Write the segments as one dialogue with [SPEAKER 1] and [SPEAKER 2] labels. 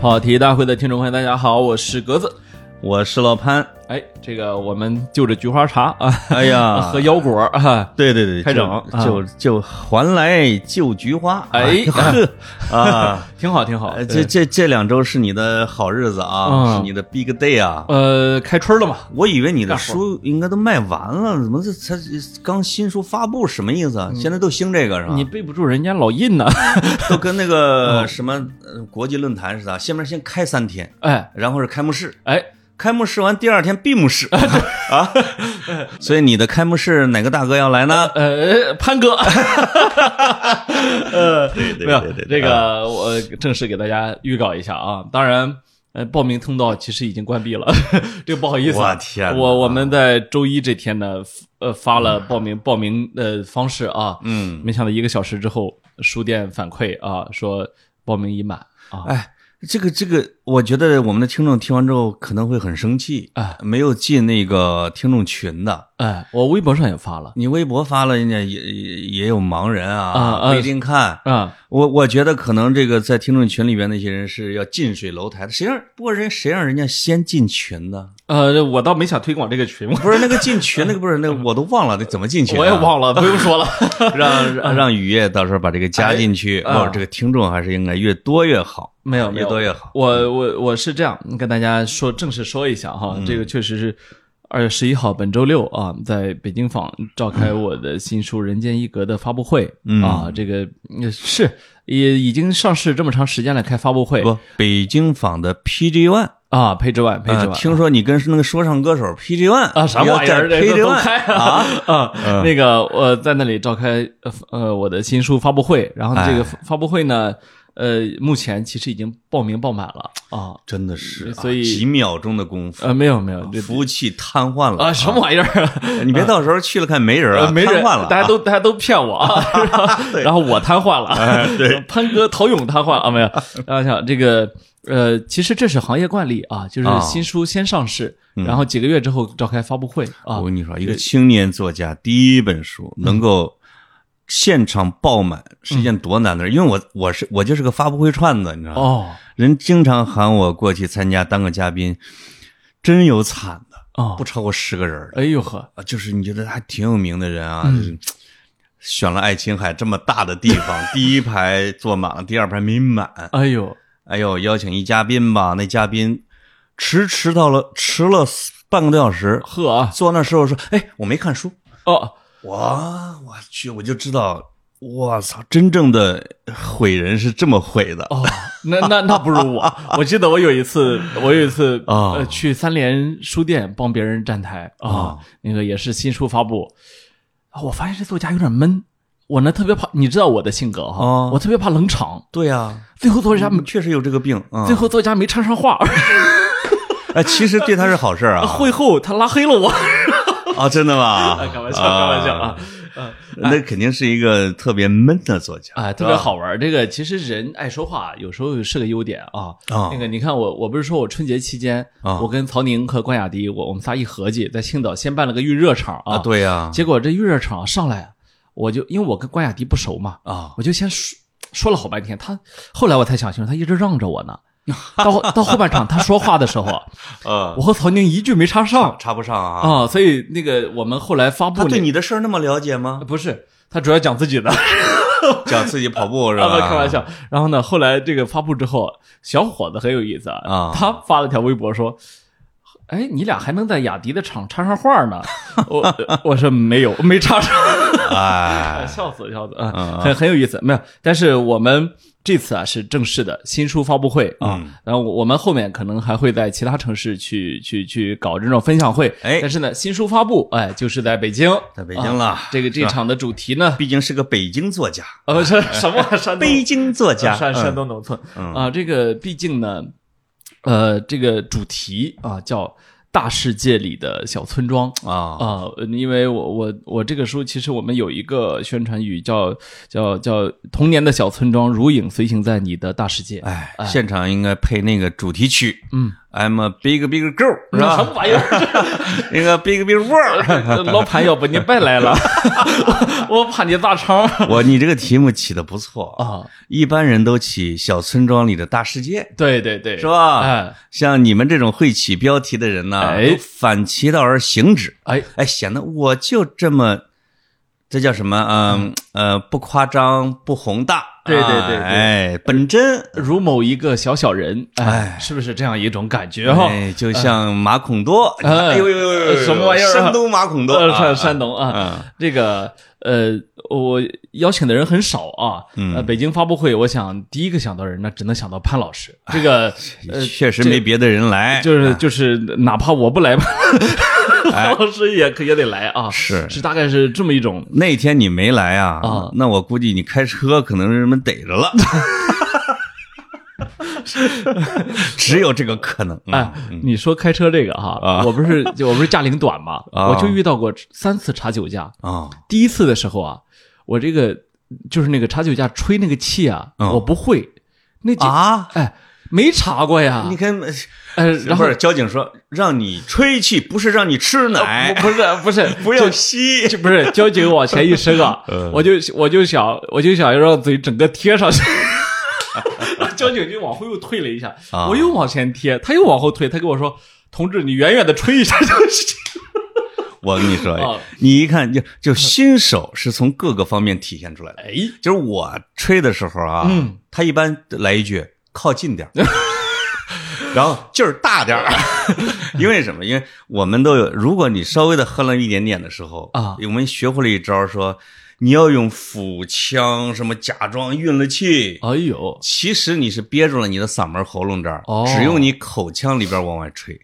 [SPEAKER 1] 跑题大会的听众朋友，大家好，我是格子。
[SPEAKER 2] 我是老 潘。
[SPEAKER 1] 哎，这个我们就着菊花茶啊，
[SPEAKER 2] 哎呀，
[SPEAKER 1] 和腰果啊，
[SPEAKER 2] 对对对，
[SPEAKER 1] 开整啊
[SPEAKER 2] 就就就还来救菊花。
[SPEAKER 1] 哎
[SPEAKER 2] 呵啊，
[SPEAKER 1] 挺好，挺好
[SPEAKER 2] 呃。这
[SPEAKER 1] 对
[SPEAKER 2] 这这两周是你的好日子啊，
[SPEAKER 1] 嗯
[SPEAKER 2] 是你的 big day 啊。
[SPEAKER 1] 呃，开春了嘛，
[SPEAKER 2] 我以为你的
[SPEAKER 1] 干活
[SPEAKER 2] 书应该都卖完了，怎么这才刚新书发布什么意思啊？现在都兴这个是吧
[SPEAKER 1] 嗯你？哦背不住人家老印呢。
[SPEAKER 2] 都跟那个什么呃国际论坛似的，下面先开三天，
[SPEAKER 1] 哎
[SPEAKER 2] 然后是开幕式，
[SPEAKER 1] 哎，
[SPEAKER 2] 开幕式完第二天闭 幕式啊。所以你的开幕式哪个大哥要来呢？
[SPEAKER 1] 呃，潘哥，呃，
[SPEAKER 2] 对 对
[SPEAKER 1] 没有
[SPEAKER 2] 对啊对
[SPEAKER 1] 这
[SPEAKER 2] 对
[SPEAKER 1] 个我正式给大家预告一下啊。当然，呃，报名通道其实已经关闭了， 这个不好意思啊。
[SPEAKER 2] 我天哪
[SPEAKER 1] 我我们在周一这天呢，呃，发了报名报名的方式啊，
[SPEAKER 2] 嗯，
[SPEAKER 1] 没想到一个小时之后，书店反馈啊说报名已满啊。
[SPEAKER 2] 哎，这个这个，我觉得我们的听众听完之后可能会很生气
[SPEAKER 1] 哎，
[SPEAKER 2] 没有进那个听众群的。
[SPEAKER 1] 哎，我微博上也发了
[SPEAKER 2] 你微博发了，人家也也也有盲人
[SPEAKER 1] 啊
[SPEAKER 2] 啊，
[SPEAKER 1] 啊
[SPEAKER 2] 不一定看。
[SPEAKER 1] 啊，
[SPEAKER 2] 我我觉得可能这个在听众群里边那些人是要近水楼台的，谁让不过人谁让人家先进群呢？
[SPEAKER 1] 呃，我倒没想推广这个群，我
[SPEAKER 2] 不是那个进群，那个不是那个我都忘了那怎么进群、
[SPEAKER 1] 我也，忘了，不用说 了。
[SPEAKER 2] 让让让雨夜到时候把这个加进去。
[SPEAKER 1] 哎啊
[SPEAKER 2] 哦，这个听众还是应该越多越好，
[SPEAKER 1] 没有，没
[SPEAKER 2] 越
[SPEAKER 1] 有
[SPEAKER 2] 多越好。
[SPEAKER 1] 我我我是这样跟大家说，正式说一下哈，
[SPEAKER 2] 嗯
[SPEAKER 1] 这个确实是二月十一号，本周六啊，在北京坊召开我的新书《人间一格》的发布会、
[SPEAKER 2] 嗯
[SPEAKER 1] 啊，这个嗯是也已经上市这么长时间了，开发布会
[SPEAKER 2] 不，北京坊的 PG One。
[SPEAKER 1] 啊，配置万配置
[SPEAKER 2] 呃
[SPEAKER 1] 万。
[SPEAKER 2] 听说你跟那个说唱歌手 PG One
[SPEAKER 1] 啊，啥玩意儿？这
[SPEAKER 2] ？PG
[SPEAKER 1] 都
[SPEAKER 2] One
[SPEAKER 1] 开
[SPEAKER 2] 啊，
[SPEAKER 1] 啊！那个我在那里召开呃呃我的新书发布会，然后这
[SPEAKER 2] 哎
[SPEAKER 1] 个发发布会呢，呃，目前其实已经报名报满了啊。
[SPEAKER 2] 真的是啊，
[SPEAKER 1] 所以
[SPEAKER 2] 几秒钟的功夫
[SPEAKER 1] 呃，，没有没有，这
[SPEAKER 2] 服务器瘫痪了
[SPEAKER 1] 啊，什么？玩意儿？
[SPEAKER 2] 你别到时候去了看没人
[SPEAKER 1] 呃
[SPEAKER 2] 啊，
[SPEAKER 1] 没人
[SPEAKER 2] 瘫痪了啊，
[SPEAKER 1] 大家都大家都骗我 啊，然后我瘫痪了，对， 潘哥、陶勇瘫痪了啊， 没有，大家想这个呃，其实这是行业惯例啊，就是
[SPEAKER 2] 啊
[SPEAKER 1] 新书先上市，然后几个月之后召开发布会啊嗯
[SPEAKER 2] 我，跟你说，一个青年作家第一本书能够现场爆满是一件多难的事，因为我我是我就是个发布会串子，你知道吗？
[SPEAKER 1] 嗯哦
[SPEAKER 2] 人经常喊我过去参加当个嘉宾，真有惨的，
[SPEAKER 1] 哦
[SPEAKER 2] 不，超过十个人儿的。
[SPEAKER 1] 哎呦呵，
[SPEAKER 2] 啊，就是你觉得还挺有名的人啊，
[SPEAKER 1] 嗯
[SPEAKER 2] 就是选了爱琴海这么大的地方， 第一排坐满了，第二排没满。
[SPEAKER 1] 哎呦，
[SPEAKER 2] 哎呦，邀请一嘉宾吧，那嘉宾迟迟到了，迟了半个多小时。
[SPEAKER 1] 呵啊，
[SPEAKER 2] 坐那时候说：“哎，我没看书。
[SPEAKER 1] 哦，”
[SPEAKER 2] 哇，我去，我就知道，我操，真正的毁人是这么毁的。
[SPEAKER 1] 哦，那那那不如 我。我记得我有一次，我有一次
[SPEAKER 2] 啊
[SPEAKER 1] 呃，去三联书店帮别人站台啊、
[SPEAKER 2] 啊
[SPEAKER 1] 那个也是新书发布，啊我发现这作家有点闷。我呢特别怕，你知道我的性格哈，
[SPEAKER 2] 啊
[SPEAKER 1] 我特别怕冷场。
[SPEAKER 2] 对呀、
[SPEAKER 1] 最后作家没、
[SPEAKER 2] 确实有这个病啊。
[SPEAKER 1] 最，后作家没插上话，
[SPEAKER 2] 哎，其实对他是好事儿啊。
[SPEAKER 1] 会后他拉黑了我。
[SPEAKER 2] 啊，真的吗？
[SPEAKER 1] 开玩笑，开玩笑嗯啊。
[SPEAKER 2] 那肯定是一个特别闷的作家
[SPEAKER 1] 啊，特别好玩儿。这个其实人爱说话，有时候是个优点啊。
[SPEAKER 2] 啊
[SPEAKER 1] 那个你看我，我不是说我春节期间，
[SPEAKER 2] 啊
[SPEAKER 1] 我跟曹宁和关雅迪，我我们仨一合计，在青岛先办了个预热场啊。
[SPEAKER 2] 啊，。对呀，
[SPEAKER 1] 结果这预热场上来，我就因为我跟关雅迪不熟嘛，
[SPEAKER 2] 啊
[SPEAKER 1] 我就先说说了好半天。他后来我才想清楚，他一直让着我 呢。到后到后半场他说话的时候，
[SPEAKER 2] 呃
[SPEAKER 1] 我，和曹宁一句没插上
[SPEAKER 2] 插不上啊。
[SPEAKER 1] 啊，所以那个我们后来发布
[SPEAKER 2] 他对
[SPEAKER 1] 那
[SPEAKER 2] 你的事儿那么了解吗？
[SPEAKER 1] 不是。他主要讲自己的，
[SPEAKER 2] 讲自己跑 步是
[SPEAKER 1] 啊，不
[SPEAKER 2] 吧？
[SPEAKER 1] 开玩笑。然后呢，后来这个发布之后，小伙子很有意思
[SPEAKER 2] 啊
[SPEAKER 1] 他发了条微博说：“哎，你俩还能在雅迪的场插上话呢？” 我我说没有，没插 上，
[SPEAKER 2] 哎，
[SPEAKER 1] 笑死笑死
[SPEAKER 2] 嗯
[SPEAKER 1] 啊，很很有意思。没有，但是我们这次啊是正式的新书发布会啊
[SPEAKER 2] 嗯，
[SPEAKER 1] 然后我我们后面可能还会在其他城市去去去搞这种分享会，
[SPEAKER 2] 哎
[SPEAKER 1] 但是呢，新书发布哎就是在北京，
[SPEAKER 2] 在北京了
[SPEAKER 1] 啊这个
[SPEAKER 2] 是
[SPEAKER 1] 这
[SPEAKER 2] 吧
[SPEAKER 1] 场的主题呢，
[SPEAKER 2] 毕竟是个北京作家，
[SPEAKER 1] 呃，不是什 么山东
[SPEAKER 2] 北京作家，
[SPEAKER 1] 啊山山
[SPEAKER 2] 嗯
[SPEAKER 1] 东农村、
[SPEAKER 2] 嗯
[SPEAKER 1] 啊，这个毕竟呢，呃，这个主题啊叫大世界里的小村庄。
[SPEAKER 2] 啊
[SPEAKER 1] 啊、因为我我我这个书其实我们有一个宣传语叫叫叫“童年的
[SPEAKER 2] 哎
[SPEAKER 1] 小村庄如影随形在你的大世界”，
[SPEAKER 2] 哎，现场应该配那个主题曲，
[SPEAKER 1] 哎嗯，
[SPEAKER 2] I'm a big big girl，是
[SPEAKER 1] 那什
[SPEAKER 2] 吧？
[SPEAKER 1] 么玩意儿？
[SPEAKER 2] 那个 big big world，
[SPEAKER 1] 老潘，要不你别来了， 我怕你砸场
[SPEAKER 2] 我你这个题目起的不错啊，
[SPEAKER 1] 啊！
[SPEAKER 2] 一般人都起小村庄里的大世界，
[SPEAKER 1] 对对对，
[SPEAKER 2] 是吧？
[SPEAKER 1] 哎
[SPEAKER 2] 像你们这种会起标题的人呢，
[SPEAKER 1] 哎
[SPEAKER 2] 都反其道而行之，
[SPEAKER 1] 哎，
[SPEAKER 2] 哎，显得我就这么，这叫什么？嗯呃，不夸张，不宏大，
[SPEAKER 1] 对对对对
[SPEAKER 2] 哎，本真，
[SPEAKER 1] 如某一个小小人，哎，
[SPEAKER 2] 哎
[SPEAKER 1] 是不是这样一种感觉哈？
[SPEAKER 2] 哎，就像马孔多，
[SPEAKER 1] 哎
[SPEAKER 2] 哎呦呦呦呦呦，
[SPEAKER 1] 什么玩意儿啊
[SPEAKER 2] 山东马孔多，
[SPEAKER 1] 呃，
[SPEAKER 2] 啊
[SPEAKER 1] 山山东啊，
[SPEAKER 2] 啊，
[SPEAKER 1] 这个呃，我邀请的人很少啊。
[SPEAKER 2] 嗯
[SPEAKER 1] 呃，北京发布会，我想第一个想到人，那只能想到潘老师。这 个呃，
[SPEAKER 2] 确实
[SPEAKER 1] 这
[SPEAKER 2] 没别的人来，
[SPEAKER 1] 就是就是，哪怕我不来吧，潘 老师也可也得来啊。
[SPEAKER 2] 哎是
[SPEAKER 1] 是，大概是这么一种。
[SPEAKER 2] 那天你没来啊，
[SPEAKER 1] 啊
[SPEAKER 2] 那我估计你开车可能让人们逮着 了，只有这个可能。嗯
[SPEAKER 1] 哎，你说开车这个哈，
[SPEAKER 2] 啊
[SPEAKER 1] 我不是就我不是驾龄短嘛，
[SPEAKER 2] 啊
[SPEAKER 1] 我就遇到过三次查酒驾。
[SPEAKER 2] 啊，
[SPEAKER 1] 第一次的时候啊，我这个就是那个查酒驾吹那个气啊，
[SPEAKER 2] 嗯
[SPEAKER 1] 我不会，那几
[SPEAKER 2] 啊，
[SPEAKER 1] 哎没查过呀
[SPEAKER 2] 你，看，
[SPEAKER 1] 呃，然后
[SPEAKER 2] 不是交警说让你吹气，不是让你吃奶，
[SPEAKER 1] 不是呃不是
[SPEAKER 2] 哎 不要嗯吸。
[SPEAKER 1] 就不是交警往前一伸 啊，我就我就想我就想要让嘴整个贴上去。 交警就往后又退了一下，
[SPEAKER 2] 啊
[SPEAKER 1] 我又往前贴，他又往后退，他跟我说：“同志，你远远的吹一下就 行。
[SPEAKER 2] 我跟你
[SPEAKER 1] 啊
[SPEAKER 2] 说， 你一看就就新手是从各个方面体现出来”的。
[SPEAKER 1] 哎，
[SPEAKER 2] 就是我吹的时候啊，
[SPEAKER 1] 嗯
[SPEAKER 2] 他一般来一句靠近点 儿然后劲儿大点儿， 因为什么？因为我们都有，如果你稍微的喝了一点点的时候
[SPEAKER 1] 啊
[SPEAKER 2] 我们学会了一招说你要用腹腔什么假装运了气，
[SPEAKER 1] 哎呦，
[SPEAKER 2] 其实你是憋住了你的嗓门喉咙这儿，
[SPEAKER 1] 哦
[SPEAKER 2] 只用你口腔里边往外吹，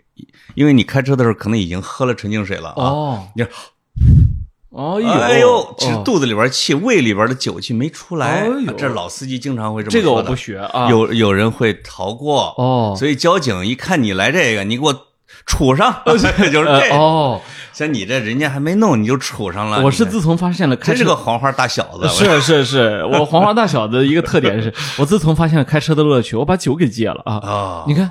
[SPEAKER 2] 因为你开车的时候可能已经喝了纯净水了啊。
[SPEAKER 1] 哦，
[SPEAKER 2] 你
[SPEAKER 1] 哎呦，
[SPEAKER 2] 哎呦，其实
[SPEAKER 1] 哦
[SPEAKER 2] 肚子里边气、胃里边的酒气没出来，
[SPEAKER 1] 哎呦
[SPEAKER 2] 这老司机经常会这么
[SPEAKER 1] 这个我
[SPEAKER 2] 说的
[SPEAKER 1] 不学啊，
[SPEAKER 2] 有有人会逃过，
[SPEAKER 1] 哦
[SPEAKER 2] 所以交警一看你来这个，你给我杵上， 就是
[SPEAKER 1] 呃
[SPEAKER 2] 这。
[SPEAKER 1] 哦，
[SPEAKER 2] 像你这人家还没弄，你就杵上了。
[SPEAKER 1] 我是
[SPEAKER 2] 你看
[SPEAKER 1] 自从发现了开
[SPEAKER 2] 真是
[SPEAKER 1] 车
[SPEAKER 2] 个黄花大小子，我
[SPEAKER 1] 是是是，我黄花大小的一个特点 是，我自从发现了开车的乐趣，我把酒给戒了啊。
[SPEAKER 2] 啊，
[SPEAKER 1] 你看，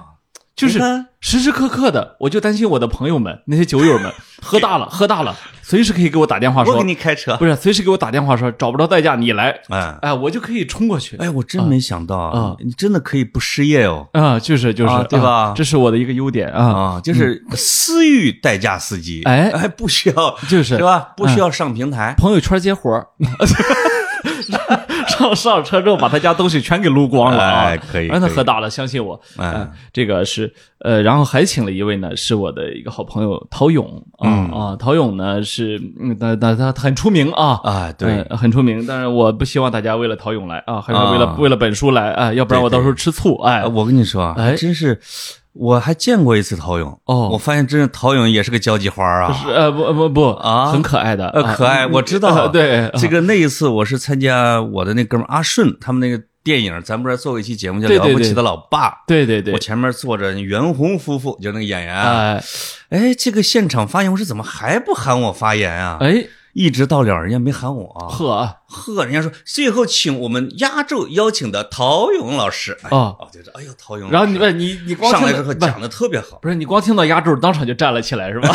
[SPEAKER 1] 就是
[SPEAKER 2] 你看
[SPEAKER 1] 时时刻刻的，我就担心我的朋友们那些酒友 们喝大了，喝大了，随时可以给我打电话
[SPEAKER 2] 我
[SPEAKER 1] 说
[SPEAKER 2] 给，你开车
[SPEAKER 1] 不，是随时给我打电话说找不着代驾你来，
[SPEAKER 2] 哎
[SPEAKER 1] 哎，我就可以冲过去。
[SPEAKER 2] 哎，我真没想到
[SPEAKER 1] 啊
[SPEAKER 2] 你真的可以不失业哦
[SPEAKER 1] 啊，就是就是
[SPEAKER 2] 啊，对吧
[SPEAKER 1] 啊这是我的一个优点啊，
[SPEAKER 2] 啊，就是私域代驾司机，
[SPEAKER 1] 哎
[SPEAKER 2] 哎，不需要
[SPEAKER 1] 就是嗯
[SPEAKER 2] 是吧？不需要上平台，
[SPEAKER 1] 朋友圈接活儿。 上上车之后，把他家东西全给撸光了啊！
[SPEAKER 2] 哎可以
[SPEAKER 1] 让他
[SPEAKER 2] 可以
[SPEAKER 1] 喝大了，相信我。
[SPEAKER 2] 哎
[SPEAKER 1] 嗯，这个是呃，然后还请了一位呢，是我的一个好朋友陶勇啊
[SPEAKER 2] 嗯
[SPEAKER 1] 啊，陶勇呢是嗯，他他他他很出名啊
[SPEAKER 2] 啊对
[SPEAKER 1] 呃很出名。但是我不希望大家为了陶勇来啊，还是为了
[SPEAKER 2] 啊
[SPEAKER 1] 为了本书来啊，要不然我到时候吃醋哎
[SPEAKER 2] 哎，。我跟你说啊，
[SPEAKER 1] 哎
[SPEAKER 2] 还真是，我还见过一次陶勇
[SPEAKER 1] 哦
[SPEAKER 2] 我发现真是陶勇也是个交际花啊，
[SPEAKER 1] 是呃不不不
[SPEAKER 2] 啊
[SPEAKER 1] 很可爱的，
[SPEAKER 2] 呃，
[SPEAKER 1] 啊
[SPEAKER 2] 可爱，我知道，
[SPEAKER 1] 呃 对
[SPEAKER 2] 这个那一次我是参加我的那哥们儿阿顺他们那个电影，咱们不是做过一期节目叫《
[SPEAKER 1] 对
[SPEAKER 2] 了
[SPEAKER 1] 对
[SPEAKER 2] 不起
[SPEAKER 1] 对
[SPEAKER 2] 的老爸》。
[SPEAKER 1] 啊对对对
[SPEAKER 2] 我，前面坐着袁弘夫妇，就那个演员啊，
[SPEAKER 1] 哎
[SPEAKER 2] 哎，这个现场发言，我说怎么还不喊我发言啊？
[SPEAKER 1] 哎
[SPEAKER 2] 一直到了，人家没喊我啊。
[SPEAKER 1] 呵啊
[SPEAKER 2] 呵，人家说最后请我们压轴邀请的陶勇老师。哎、
[SPEAKER 1] 哦
[SPEAKER 2] 我觉得哎呦，陶勇老
[SPEAKER 1] 然后
[SPEAKER 2] 师。
[SPEAKER 1] 你不是你你光
[SPEAKER 2] 上来
[SPEAKER 1] 听
[SPEAKER 2] 之后
[SPEAKER 1] 不
[SPEAKER 2] 讲的特别好，
[SPEAKER 1] 不是你光听到压轴，当场就站了起来 是吧？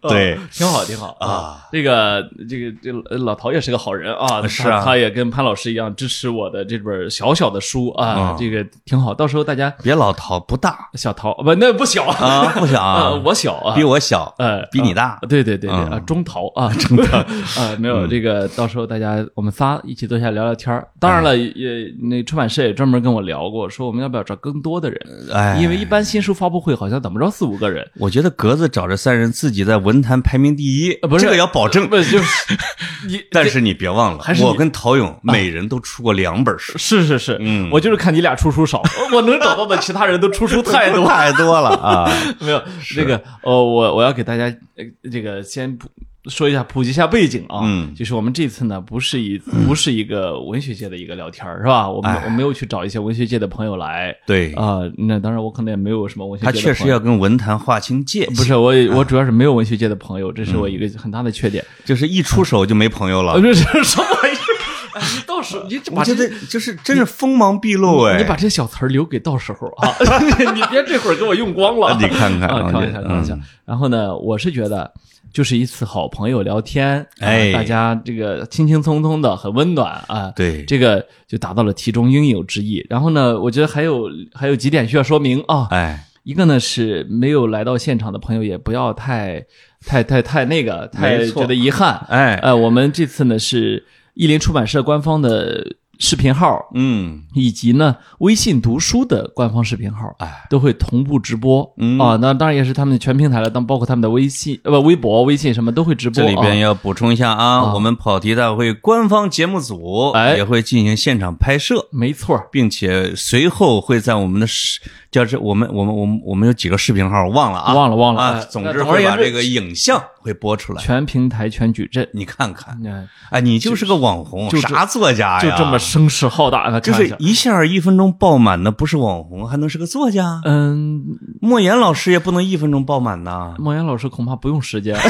[SPEAKER 2] 对
[SPEAKER 1] 哦挺好，挺好
[SPEAKER 2] 啊。
[SPEAKER 1] 这个这个这个老陶也是个好人啊，
[SPEAKER 2] 是
[SPEAKER 1] 他
[SPEAKER 2] 啊
[SPEAKER 1] 他也跟潘老师一样支持我的这本小小的书啊
[SPEAKER 2] 嗯，
[SPEAKER 1] 这个挺好。到时候大家
[SPEAKER 2] 别老陶不大
[SPEAKER 1] 小陶不那不小啊，
[SPEAKER 2] 啊，不小啊，
[SPEAKER 1] 我小 啊，
[SPEAKER 2] 比我小，
[SPEAKER 1] 呃
[SPEAKER 2] 比你大
[SPEAKER 1] 啊对对对对
[SPEAKER 2] 嗯
[SPEAKER 1] 啊，中陶 啊，中陶啊，没有这个，到时候大家我们仨一起坐下聊聊天儿当然
[SPEAKER 2] 哎
[SPEAKER 1] 了，也那出版社也专门跟我聊过，说我们要不要找更多的人，
[SPEAKER 2] 哎，
[SPEAKER 1] 因为一般新书发布会好像怎么着四五个人，
[SPEAKER 2] 我觉得格子找这三人自己在文坛排名第一，
[SPEAKER 1] 呃不是
[SPEAKER 2] 这个要保 证。
[SPEAKER 1] 不就是 你？
[SPEAKER 2] 但是你别忘了
[SPEAKER 1] 还是，你啊
[SPEAKER 2] 我跟陶勇每人都出过两本书，
[SPEAKER 1] 是是是，
[SPEAKER 2] 嗯
[SPEAKER 1] 我就是看你俩出书 少，我能找到的其他人都出书 太多，
[SPEAKER 2] 太多了啊！
[SPEAKER 1] 没有这个呃，我我要给大家呃这个先普说一下普及一下背景啊，
[SPEAKER 2] 嗯
[SPEAKER 1] 就是我们这次呢不是一不是一个文学界的一个聊天儿是吧？我们
[SPEAKER 2] 哎
[SPEAKER 1] 我没有去找一些文学界的朋友来
[SPEAKER 2] 对，
[SPEAKER 1] 啊、那当然我可能也没有什么文学
[SPEAKER 2] 他
[SPEAKER 1] 界的朋友
[SPEAKER 2] 确实要嗯跟文坛划清界限，
[SPEAKER 1] 不是我也我主要是没有文学
[SPEAKER 2] 嗯
[SPEAKER 1] 界的朋友，这是我一个很大的缺点。
[SPEAKER 2] 就是一出手就没朋友了
[SPEAKER 1] 啊，。这是什么玩意儿？ 哎，你到时候你
[SPEAKER 2] 我
[SPEAKER 1] 把
[SPEAKER 2] 觉
[SPEAKER 1] 这
[SPEAKER 2] 得就是真是锋芒毕露哎，
[SPEAKER 1] 你把这小词儿留给到时候 啊，你别这会儿给我用光了。
[SPEAKER 2] 啊你看看
[SPEAKER 1] 啊，
[SPEAKER 2] 我
[SPEAKER 1] 开玩
[SPEAKER 2] 觉
[SPEAKER 1] 笑，
[SPEAKER 2] 得
[SPEAKER 1] 开玩笑
[SPEAKER 2] 嗯。
[SPEAKER 1] 然后呢，我是觉得就是一次好朋友聊天，啊
[SPEAKER 2] 哎
[SPEAKER 1] 大家这个轻轻松松的，很温暖啊。
[SPEAKER 2] 对
[SPEAKER 1] 这个就达到了题中应有之意。然后呢，我觉得还有还有几点需要说明啊。
[SPEAKER 2] 哎，
[SPEAKER 1] 一个呢是没有来到现场的朋友也不要太太太太那个，太
[SPEAKER 2] 没错
[SPEAKER 1] 觉得遗憾。
[SPEAKER 2] 哎
[SPEAKER 1] 呃，我们这次呢是译林出版社官方的视频号，
[SPEAKER 2] 嗯，
[SPEAKER 1] 以及呢微信读书的官方视频号，
[SPEAKER 2] 哎，
[SPEAKER 1] 都会同步直播。
[SPEAKER 2] 嗯
[SPEAKER 1] 啊，那当然也是他们的全平台了，当包括他们的微信呃不微博、微信什么都会直播。
[SPEAKER 2] 这里边
[SPEAKER 1] 啊
[SPEAKER 2] 要补充一下啊，我们跑题大会官方节目组
[SPEAKER 1] 哎
[SPEAKER 2] 也会进行现场拍摄，
[SPEAKER 1] 没错儿，
[SPEAKER 2] 并且随后会在我们的视，叫这我们我们我们我们有几个视频号我忘了啊，
[SPEAKER 1] 忘了忘了
[SPEAKER 2] 啊
[SPEAKER 1] 哎，
[SPEAKER 2] 总
[SPEAKER 1] 那
[SPEAKER 2] 之
[SPEAKER 1] 总而
[SPEAKER 2] 会把
[SPEAKER 1] 言之
[SPEAKER 2] 这个影像会播出来，
[SPEAKER 1] 全平台全矩阵。
[SPEAKER 2] 你看看，
[SPEAKER 1] 嗯，
[SPEAKER 2] 哎，你就是个网红，
[SPEAKER 1] 就这
[SPEAKER 2] 啥作家
[SPEAKER 1] 就
[SPEAKER 2] 哎呀？
[SPEAKER 1] 这么声势浩大的，
[SPEAKER 2] 就
[SPEAKER 1] 看一
[SPEAKER 2] 是
[SPEAKER 1] 下
[SPEAKER 2] 一下一分钟爆满的，不是网红，还能是个作家？啊
[SPEAKER 1] 嗯，。
[SPEAKER 2] 莫言老师也不能一分钟爆满呐
[SPEAKER 1] 莫言老师恐怕不用时间，
[SPEAKER 2] 哎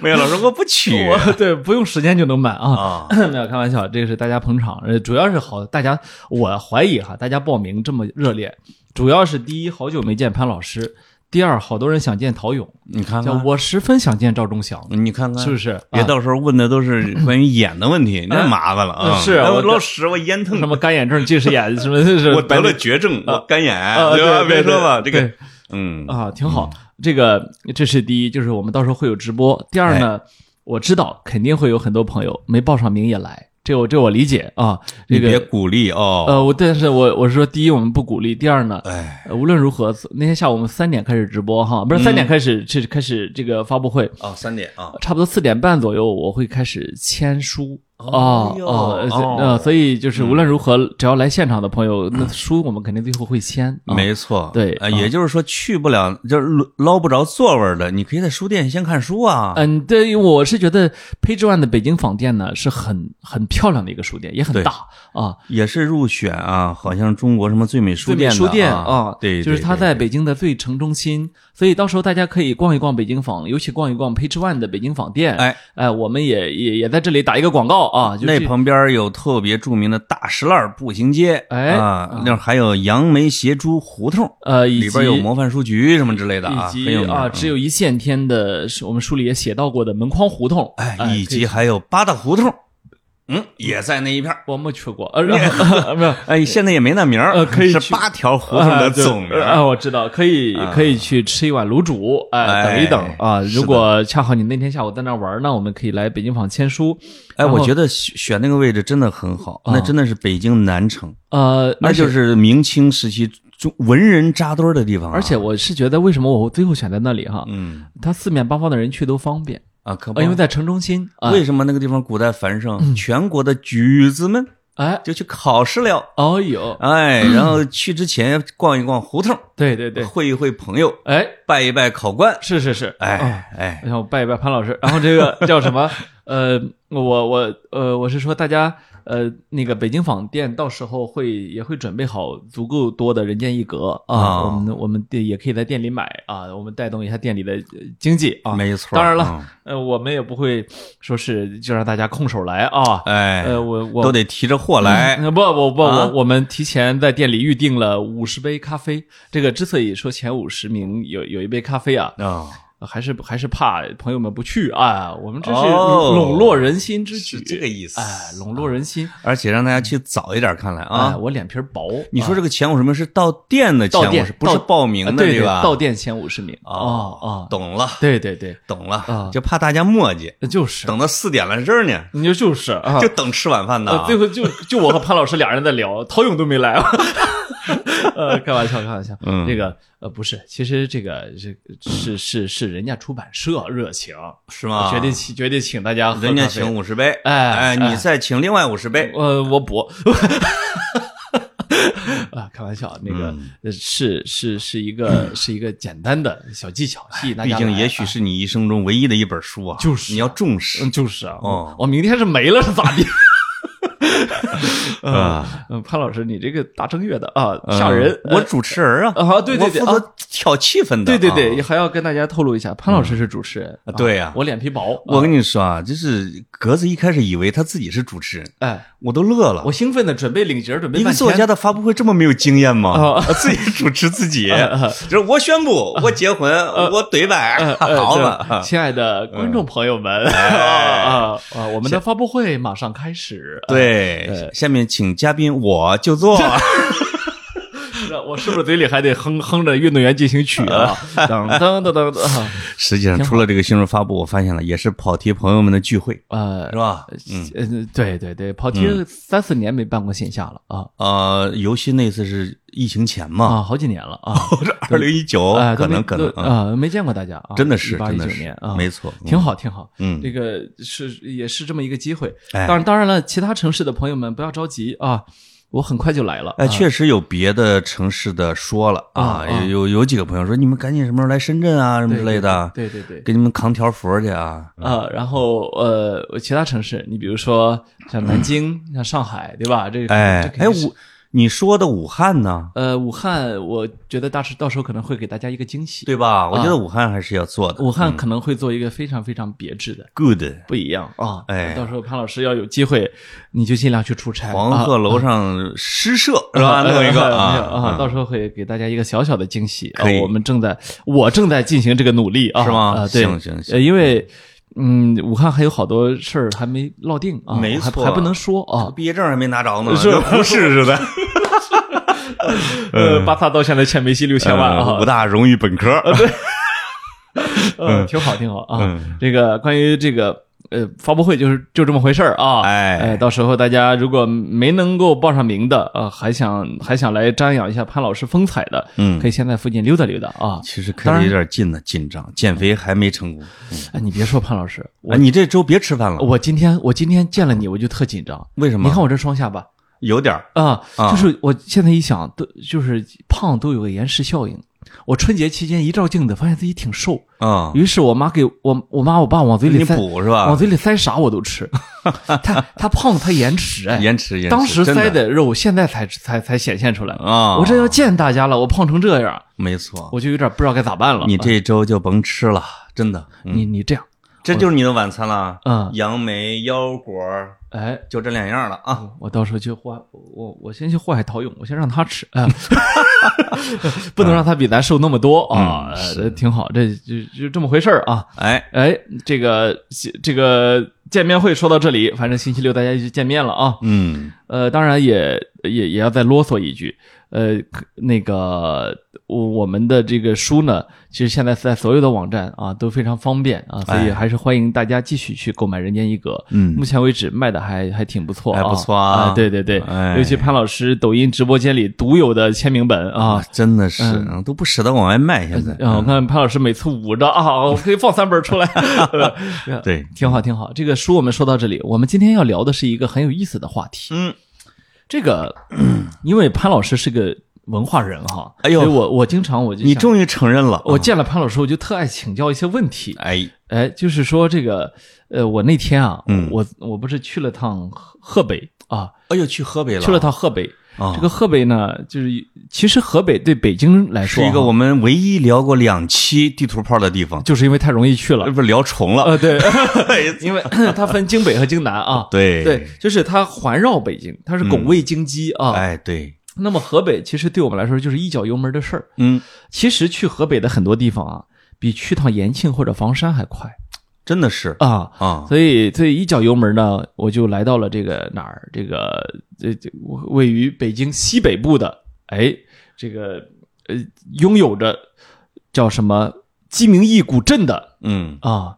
[SPEAKER 2] 莫言老师，我不去
[SPEAKER 1] 我对不用时间就能满啊。！
[SPEAKER 2] 啊
[SPEAKER 1] 没有开玩笑，这个是大家捧场，呃，主要是好，大家我怀疑哈，大家报名这么热烈，主要是第一好久没见潘老师，第二好多人想见陶勇，
[SPEAKER 2] 你看
[SPEAKER 1] 像
[SPEAKER 2] 看，
[SPEAKER 1] 我十分想见赵忠祥，
[SPEAKER 2] 你看看，
[SPEAKER 1] 是不是？
[SPEAKER 2] 别
[SPEAKER 1] 啊
[SPEAKER 2] 到时候问的都是关于眼的问题，那麻烦了啊！
[SPEAKER 1] 嗯是
[SPEAKER 2] 哎
[SPEAKER 1] 我
[SPEAKER 2] 老师，我眼 疼
[SPEAKER 1] 什，么干眼症、近视眼什么，这是
[SPEAKER 2] 我得了绝症，我干眼，
[SPEAKER 1] 啊，
[SPEAKER 2] 对吧？
[SPEAKER 1] 对
[SPEAKER 2] 别说了，这。
[SPEAKER 1] 对对
[SPEAKER 2] 个，嗯，
[SPEAKER 1] 啊，挺好。这个这是第一，就是我们到时候会有直播。第二
[SPEAKER 2] 哎
[SPEAKER 1] 呢，我知道肯定会有很多朋友没报上名也来，这我这我理解啊。
[SPEAKER 2] 你
[SPEAKER 1] 这
[SPEAKER 2] 别
[SPEAKER 1] 个
[SPEAKER 2] 鼓励哦。
[SPEAKER 1] 呃，我但是我我是说，第一我们不鼓励，第二呢，
[SPEAKER 2] 哎，
[SPEAKER 1] 呃无论如何，那天下午我们三点开始直播哈，不是三点开
[SPEAKER 2] 嗯
[SPEAKER 1] 始，这、开始这个发布会，
[SPEAKER 2] 哦，三点啊，
[SPEAKER 1] 差不多四点半左右我会开始签书。
[SPEAKER 2] 哦
[SPEAKER 1] 哦
[SPEAKER 2] 哟
[SPEAKER 1] 哦，
[SPEAKER 2] 哦
[SPEAKER 1] 呃，所以就是无论如何，只要来现场的朋友，那书我们肯定最后会签。啊
[SPEAKER 2] 没错，
[SPEAKER 1] 对
[SPEAKER 2] 呃
[SPEAKER 1] 啊
[SPEAKER 2] 也就是说去不了，就是捞不着座位的，你可以在书店先看书啊。
[SPEAKER 1] 嗯，对，我是觉得 Page One 的北京坊店呢是很很漂亮的一个书店，也很
[SPEAKER 2] 对
[SPEAKER 1] 大啊，
[SPEAKER 2] 也是入选啊，好像中国什么最美书
[SPEAKER 1] 最美
[SPEAKER 2] 店的
[SPEAKER 1] 书店
[SPEAKER 2] 啊，对，
[SPEAKER 1] 就是它
[SPEAKER 2] 对
[SPEAKER 1] 在北京的最城中心，所以到时候大家可以逛一逛北京坊，尤其逛一逛 Page One 的北京坊店。
[SPEAKER 2] 哎
[SPEAKER 1] 哎，我们也也也在这里打一个广告啊，就
[SPEAKER 2] 那
[SPEAKER 1] 这
[SPEAKER 2] 旁边有特别著名的大石栏步行街，
[SPEAKER 1] 哎
[SPEAKER 2] 啊，那儿还有杨梅斜珠胡同，
[SPEAKER 1] 呃以及
[SPEAKER 2] 里边有模范书局什么之类的啊，
[SPEAKER 1] 以
[SPEAKER 2] 很有
[SPEAKER 1] 及
[SPEAKER 2] 名
[SPEAKER 1] 啊
[SPEAKER 2] 嗯
[SPEAKER 1] 只有一线天的，是我们书里也写到过的门框胡同，
[SPEAKER 2] 哎，
[SPEAKER 1] 哎
[SPEAKER 2] 以
[SPEAKER 1] 可以
[SPEAKER 2] 及还有八大胡同，嗯，也在那一片儿。
[SPEAKER 1] 我没去过，呃， 然后没有。
[SPEAKER 2] 哎，现在也没那名儿，
[SPEAKER 1] 呃可以
[SPEAKER 2] 是
[SPEAKER 1] 去
[SPEAKER 2] 八条胡同的总名
[SPEAKER 1] 啊，
[SPEAKER 2] 儿。啊
[SPEAKER 1] 我知道，可以可以去吃一碗卤煮，哎，等一等啊。
[SPEAKER 2] 是的
[SPEAKER 1] 如果恰好你那天下午在那玩，那我们可以来北京坊签书。
[SPEAKER 2] 哎，我
[SPEAKER 1] 然后啊
[SPEAKER 2] 觉得选选那个位置真的很好，那真的是北京南城，
[SPEAKER 1] 呃，
[SPEAKER 2] 那就是明清时期中文人扎堆儿的地方啊。
[SPEAKER 1] 而且我是觉得，为什么我最后选在那里哈？
[SPEAKER 2] 嗯
[SPEAKER 1] 它四面八方的人去都方便，
[SPEAKER 2] 啊，可不
[SPEAKER 1] 呃，因为在嗯城中心啊。
[SPEAKER 2] 为什么那个地方古代繁盛？全国的举子们
[SPEAKER 1] 哎，
[SPEAKER 2] 就去考试了。
[SPEAKER 1] 哦呦，
[SPEAKER 2] 哎，然后去之前逛一逛胡同，
[SPEAKER 1] 对对对，
[SPEAKER 2] 会一会朋友，
[SPEAKER 1] 哎，
[SPEAKER 2] 拜一拜考官。
[SPEAKER 1] 是是是，啊
[SPEAKER 2] 哎哎，
[SPEAKER 1] 然后拜一拜潘老师，然后这 个叫什么？呃，我我呃，我是说大家呃，那个北京坊店到时候会也会准备好足够多的人间一格啊，
[SPEAKER 2] 哦
[SPEAKER 1] 我们我们店也可以在店里买啊，我们带动一下店里的呃经济啊。
[SPEAKER 2] 没错。
[SPEAKER 1] 当然了
[SPEAKER 2] 嗯，
[SPEAKER 1] 呃，我们也不会说是就让大家空手来啊，
[SPEAKER 2] 哎，
[SPEAKER 1] 呃，我我
[SPEAKER 2] 都得提着货来。
[SPEAKER 1] 嗯不不不，
[SPEAKER 2] 啊
[SPEAKER 1] 我我们提前在店里预定了五十杯咖啡。这个之所以说前五十名有有一杯咖啡啊，
[SPEAKER 2] 啊，
[SPEAKER 1] 还是还是怕朋友们不去啊，我们这是
[SPEAKER 2] 哦
[SPEAKER 1] 笼络人心之举，
[SPEAKER 2] 是这个意思
[SPEAKER 1] 哎，笼络人心
[SPEAKER 2] 而且让大家去早一点，看来
[SPEAKER 1] 哎
[SPEAKER 2] 啊，
[SPEAKER 1] 我脸皮儿薄，
[SPEAKER 2] 你说
[SPEAKER 1] 啊
[SPEAKER 2] 这个前五十名是到店的
[SPEAKER 1] 到
[SPEAKER 2] 前五
[SPEAKER 1] 店
[SPEAKER 2] 十，不是
[SPEAKER 1] 到
[SPEAKER 2] 报名的
[SPEAKER 1] 对对
[SPEAKER 2] 吧？
[SPEAKER 1] 到店前五十名，哦
[SPEAKER 2] 哦
[SPEAKER 1] 哦，，
[SPEAKER 2] 懂了，
[SPEAKER 1] 对对对，
[SPEAKER 2] 懂了
[SPEAKER 1] 啊，
[SPEAKER 2] 就怕大家墨迹，
[SPEAKER 1] 就是，
[SPEAKER 2] 等到四点了这儿呢，
[SPEAKER 1] 你就就是啊
[SPEAKER 2] 就，等吃晚饭呢
[SPEAKER 1] 呃。最后就就我和潘老师俩人在聊，陶勇都没来。啊 呃，开玩笑，开玩笑。
[SPEAKER 2] 嗯
[SPEAKER 1] 这个呃不是，其实这个是是是是人家出版社热情，
[SPEAKER 2] 是吗？
[SPEAKER 1] 决定请决定请大家喝
[SPEAKER 2] 啊人家
[SPEAKER 1] 咖啡
[SPEAKER 2] 请五十杯，哎，
[SPEAKER 1] 哎
[SPEAKER 2] 你再请另外五十杯，
[SPEAKER 1] 呃，我补。 啊，开玩笑，那个、
[SPEAKER 2] 嗯
[SPEAKER 1] 呃是是是一 个是一个简单的小技巧，吸引大
[SPEAKER 2] 毕
[SPEAKER 1] 家来。啊
[SPEAKER 2] 竟也许是你一生中唯一的一本书啊，
[SPEAKER 1] 就是啊
[SPEAKER 2] 你要重
[SPEAKER 1] 嗯
[SPEAKER 2] 视。
[SPEAKER 1] 就是啊，
[SPEAKER 2] 哦
[SPEAKER 1] 我明天是没了是咋地？
[SPEAKER 2] 啊，
[SPEAKER 1] 嗯，潘老师，你这个大正月的啊，吓人！
[SPEAKER 2] 嗯我主持人啊，
[SPEAKER 1] 呃啊，对对对
[SPEAKER 2] 我
[SPEAKER 1] 啊
[SPEAKER 2] 负，责挑气氛的，
[SPEAKER 1] 对对对，
[SPEAKER 2] 啊，
[SPEAKER 1] 还要跟大家透露一下，潘老师是主持人
[SPEAKER 2] 啊。对呀
[SPEAKER 1] 我脸皮薄，
[SPEAKER 2] 我
[SPEAKER 1] 啊
[SPEAKER 2] 跟你说啊，就是格子一开始以为他自己是主持人，
[SPEAKER 1] 哎，
[SPEAKER 2] 我都乐了
[SPEAKER 1] 我。兴奋的准备领结儿，准备
[SPEAKER 2] 一个
[SPEAKER 1] 半
[SPEAKER 2] 作
[SPEAKER 1] 天
[SPEAKER 2] 家的发布会这么没有经验吗？
[SPEAKER 1] 啊
[SPEAKER 2] 自己主持自己
[SPEAKER 1] 啊啊，
[SPEAKER 2] 就是我宣布我结婚，我怼摆
[SPEAKER 1] 呃，呃
[SPEAKER 2] 好嗯
[SPEAKER 1] 对
[SPEAKER 2] 嘛？
[SPEAKER 1] 亲爱的观众朋友们，啊啊，我们的发布会马上开始。
[SPEAKER 2] 哎
[SPEAKER 1] 哎
[SPEAKER 2] 对，下面请嘉宾我就坐。
[SPEAKER 1] 是啊，我是不是嘴里还得哼哼着运动员进行曲啊？噔噔噔噔噔，啊
[SPEAKER 2] 实际上，除了这个新闻发布，我发现了也是跑题朋友们的聚会，
[SPEAKER 1] 呃
[SPEAKER 2] 是，吧？嗯，
[SPEAKER 1] 呃，对对对，跑题三四年没办过线下了啊
[SPEAKER 2] 呃，尤其那次是疫情前嘛，
[SPEAKER 1] 啊，好几年了啊，
[SPEAKER 2] 是二零一九
[SPEAKER 1] 哎，，
[SPEAKER 2] 哦可
[SPEAKER 1] 都没
[SPEAKER 2] 能可能
[SPEAKER 1] 都
[SPEAKER 2] 啊，
[SPEAKER 1] 啊，没见过大家啊，
[SPEAKER 2] 真的是
[SPEAKER 1] 八一
[SPEAKER 2] 真
[SPEAKER 1] 九
[SPEAKER 2] 的
[SPEAKER 1] 年
[SPEAKER 2] 是
[SPEAKER 1] 啊，，
[SPEAKER 2] 没错，
[SPEAKER 1] 挺好挺好。
[SPEAKER 2] 嗯，
[SPEAKER 1] 这个是也是这么一个机会，
[SPEAKER 2] 哎
[SPEAKER 1] 当然当然了，其他城市的朋友们不要着急啊，我很快就来了。
[SPEAKER 2] 哎，
[SPEAKER 1] 啊
[SPEAKER 2] 确实有别的城市的说了啊
[SPEAKER 1] 啊啊，
[SPEAKER 2] 有有有几个朋友说你们赶紧什么时候来深圳啊，什么之类的，
[SPEAKER 1] 对对对对
[SPEAKER 2] 给你们扛条幅去啊。
[SPEAKER 1] 啊，然后呃，其他城市，你比如说像南京、像上海，对吧？这个
[SPEAKER 2] 嗯哎
[SPEAKER 1] 这
[SPEAKER 2] 哎，
[SPEAKER 1] 肯定是
[SPEAKER 2] 武，你说的武汉呢？
[SPEAKER 1] 呃武汉，我觉得大时到时候可能会给大家一个惊喜。
[SPEAKER 2] 对嗯吧？我觉得武汉还是要做
[SPEAKER 1] 啊
[SPEAKER 2] 的
[SPEAKER 1] 武汉可能会做一个非常非常别致的，
[SPEAKER 2] ，good。
[SPEAKER 1] 不一样啊！
[SPEAKER 2] 哎
[SPEAKER 1] 到时候潘老师要有机会，你就尽量去出差。
[SPEAKER 2] 黄鹤楼上诗社是
[SPEAKER 1] 啊
[SPEAKER 2] 吧？弄一个
[SPEAKER 1] 啊
[SPEAKER 2] 啊，
[SPEAKER 1] 到时候会给大家一个小小的惊喜。啊
[SPEAKER 2] 可以
[SPEAKER 1] 我们正在，我正在进行这个努力啊，
[SPEAKER 2] 是吗
[SPEAKER 1] 啊，对，
[SPEAKER 2] 行行行
[SPEAKER 1] 呃因为嗯，武汉还有好多事儿还没落定啊，
[SPEAKER 2] 没
[SPEAKER 1] 还
[SPEAKER 2] 错
[SPEAKER 1] 还不能说
[SPEAKER 2] 候
[SPEAKER 1] 啊。
[SPEAKER 2] 毕业证还没拿着呢，
[SPEAKER 1] 是
[SPEAKER 2] 就不是似的，
[SPEAKER 1] 呃，巴萨到现在欠梅西六千万
[SPEAKER 2] 呃
[SPEAKER 1] 啊
[SPEAKER 2] 武，大荣誉本科，
[SPEAKER 1] 呃，挺好，挺好啊
[SPEAKER 2] 嗯。
[SPEAKER 1] 这个关于这个呃发布会就是就这么回事儿啊。
[SPEAKER 2] 哎
[SPEAKER 1] 呃到时候大家如果没能够报上名的，呃，还想还想来瞻仰一下潘老师风采的，
[SPEAKER 2] 嗯
[SPEAKER 1] 可以先在附近溜达溜达啊。
[SPEAKER 2] 其实开
[SPEAKER 1] 当
[SPEAKER 2] 的
[SPEAKER 1] 然
[SPEAKER 2] 有点近呢，紧张，减肥还没成功。
[SPEAKER 1] 哎，你别说潘老师，我
[SPEAKER 2] 啊，你这周别吃饭了，
[SPEAKER 1] 我今天我今天见了你，我就特紧张。
[SPEAKER 2] 为什么？
[SPEAKER 1] 你看我这双下巴
[SPEAKER 2] 有点儿
[SPEAKER 1] 啊，
[SPEAKER 2] 啊
[SPEAKER 1] 就是我现在一想，都就是胖都有个延时效应。我春节期间一照镜子，发现自己挺瘦，
[SPEAKER 2] 啊，
[SPEAKER 1] 于是我妈给我我妈我爸往嘴里
[SPEAKER 2] 你
[SPEAKER 1] 塞，
[SPEAKER 2] 补是
[SPEAKER 1] 往
[SPEAKER 2] 吧？
[SPEAKER 1] 嘴里塞啥我都 吃。他他胖他延迟哎，
[SPEAKER 2] 延迟延迟，
[SPEAKER 1] 当时
[SPEAKER 2] 真
[SPEAKER 1] 塞
[SPEAKER 2] 的
[SPEAKER 1] 的肉，现在才才才显现出来。
[SPEAKER 2] 啊，
[SPEAKER 1] 我这要见大家了，我胖成这样，
[SPEAKER 2] 没错，
[SPEAKER 1] 我就有点不知道该咋办了。
[SPEAKER 2] 你这周就甭吃了，真的，嗯
[SPEAKER 1] 你你这样，
[SPEAKER 2] 这就是你的晚餐了。
[SPEAKER 1] 嗯
[SPEAKER 2] 杨梅、腰果
[SPEAKER 1] 哎，
[SPEAKER 2] 就这两样了啊。
[SPEAKER 1] 我到时候去祸，我我先去祸害陶勇，我先让他吃， 哎， 不能让他比咱瘦那么多啊，
[SPEAKER 2] 嗯
[SPEAKER 1] 呃
[SPEAKER 2] 是
[SPEAKER 1] 这挺好，这就就这么回事儿啊。
[SPEAKER 2] 哎，
[SPEAKER 1] 哎，这个这个见面会说到这里，反正星期六大家就见面了啊。
[SPEAKER 2] 嗯，
[SPEAKER 1] 呃，当然也也也要再啰嗦一句，呃，可那个我我们的这个书呢，其实现在在所有的网站啊都非常方便啊，所以
[SPEAKER 2] 哎
[SPEAKER 1] 还是欢迎大家继续去购买《人间一格》。
[SPEAKER 2] 嗯
[SPEAKER 1] 目前为止卖的还还挺不错、啊，
[SPEAKER 2] 还不错啊
[SPEAKER 1] 啊、对对对，
[SPEAKER 2] 哎
[SPEAKER 1] 尤其潘老师抖音直播间里独有的签名本啊。
[SPEAKER 2] 真的是嗯都不舍得往外卖，现在。
[SPEAKER 1] 啊，我看潘老师每次捂着啊，我可以放三本出 来，对
[SPEAKER 2] 对，
[SPEAKER 1] 挺好，挺好。这个书我们说到这里，我们今天要聊的是一个很有意思的话题。
[SPEAKER 2] 嗯，
[SPEAKER 1] 这个 因为潘老师是个文化人哈，
[SPEAKER 2] 哎呦
[SPEAKER 1] 所以我我经常我就
[SPEAKER 2] 你
[SPEAKER 1] 想
[SPEAKER 2] 终于承认了。
[SPEAKER 1] 我见了潘老师，我就特爱请教一些问题。
[SPEAKER 2] 哎，
[SPEAKER 1] 哎，就是说这个，呃，我那天啊，
[SPEAKER 2] 嗯
[SPEAKER 1] 我我不是去了趟河河北啊，
[SPEAKER 2] 哎呦，去河北了，
[SPEAKER 1] 去了趟河北。
[SPEAKER 2] 啊
[SPEAKER 1] 这个河北呢，就是其实河北对北京来说
[SPEAKER 2] 是
[SPEAKER 1] 啊，
[SPEAKER 2] 一个我们唯一聊过两期地图炮的地方，
[SPEAKER 1] 就是因为太容易去了
[SPEAKER 2] 呃，不是聊重了。
[SPEAKER 1] 呃，对， 因为 它分京北和京南啊，
[SPEAKER 2] 对
[SPEAKER 1] 对，，就是它环绕北京，它是拱卫京畿啊。
[SPEAKER 2] 嗯哎对，
[SPEAKER 1] 那么河北其实对我们来说就是一脚油门的事儿。
[SPEAKER 2] 嗯，
[SPEAKER 1] 其实去河北的很多地方啊，比去趟延庆或者房山还快
[SPEAKER 2] 真的是
[SPEAKER 1] 啊。
[SPEAKER 2] 啊，
[SPEAKER 1] 所以，所以一脚油门呢，我就来到了这个哪儿？这个这这位于北京西北部的，哎，这个呃，拥有着叫什么鸡鸣驿古镇的
[SPEAKER 2] 嗯，
[SPEAKER 1] 啊，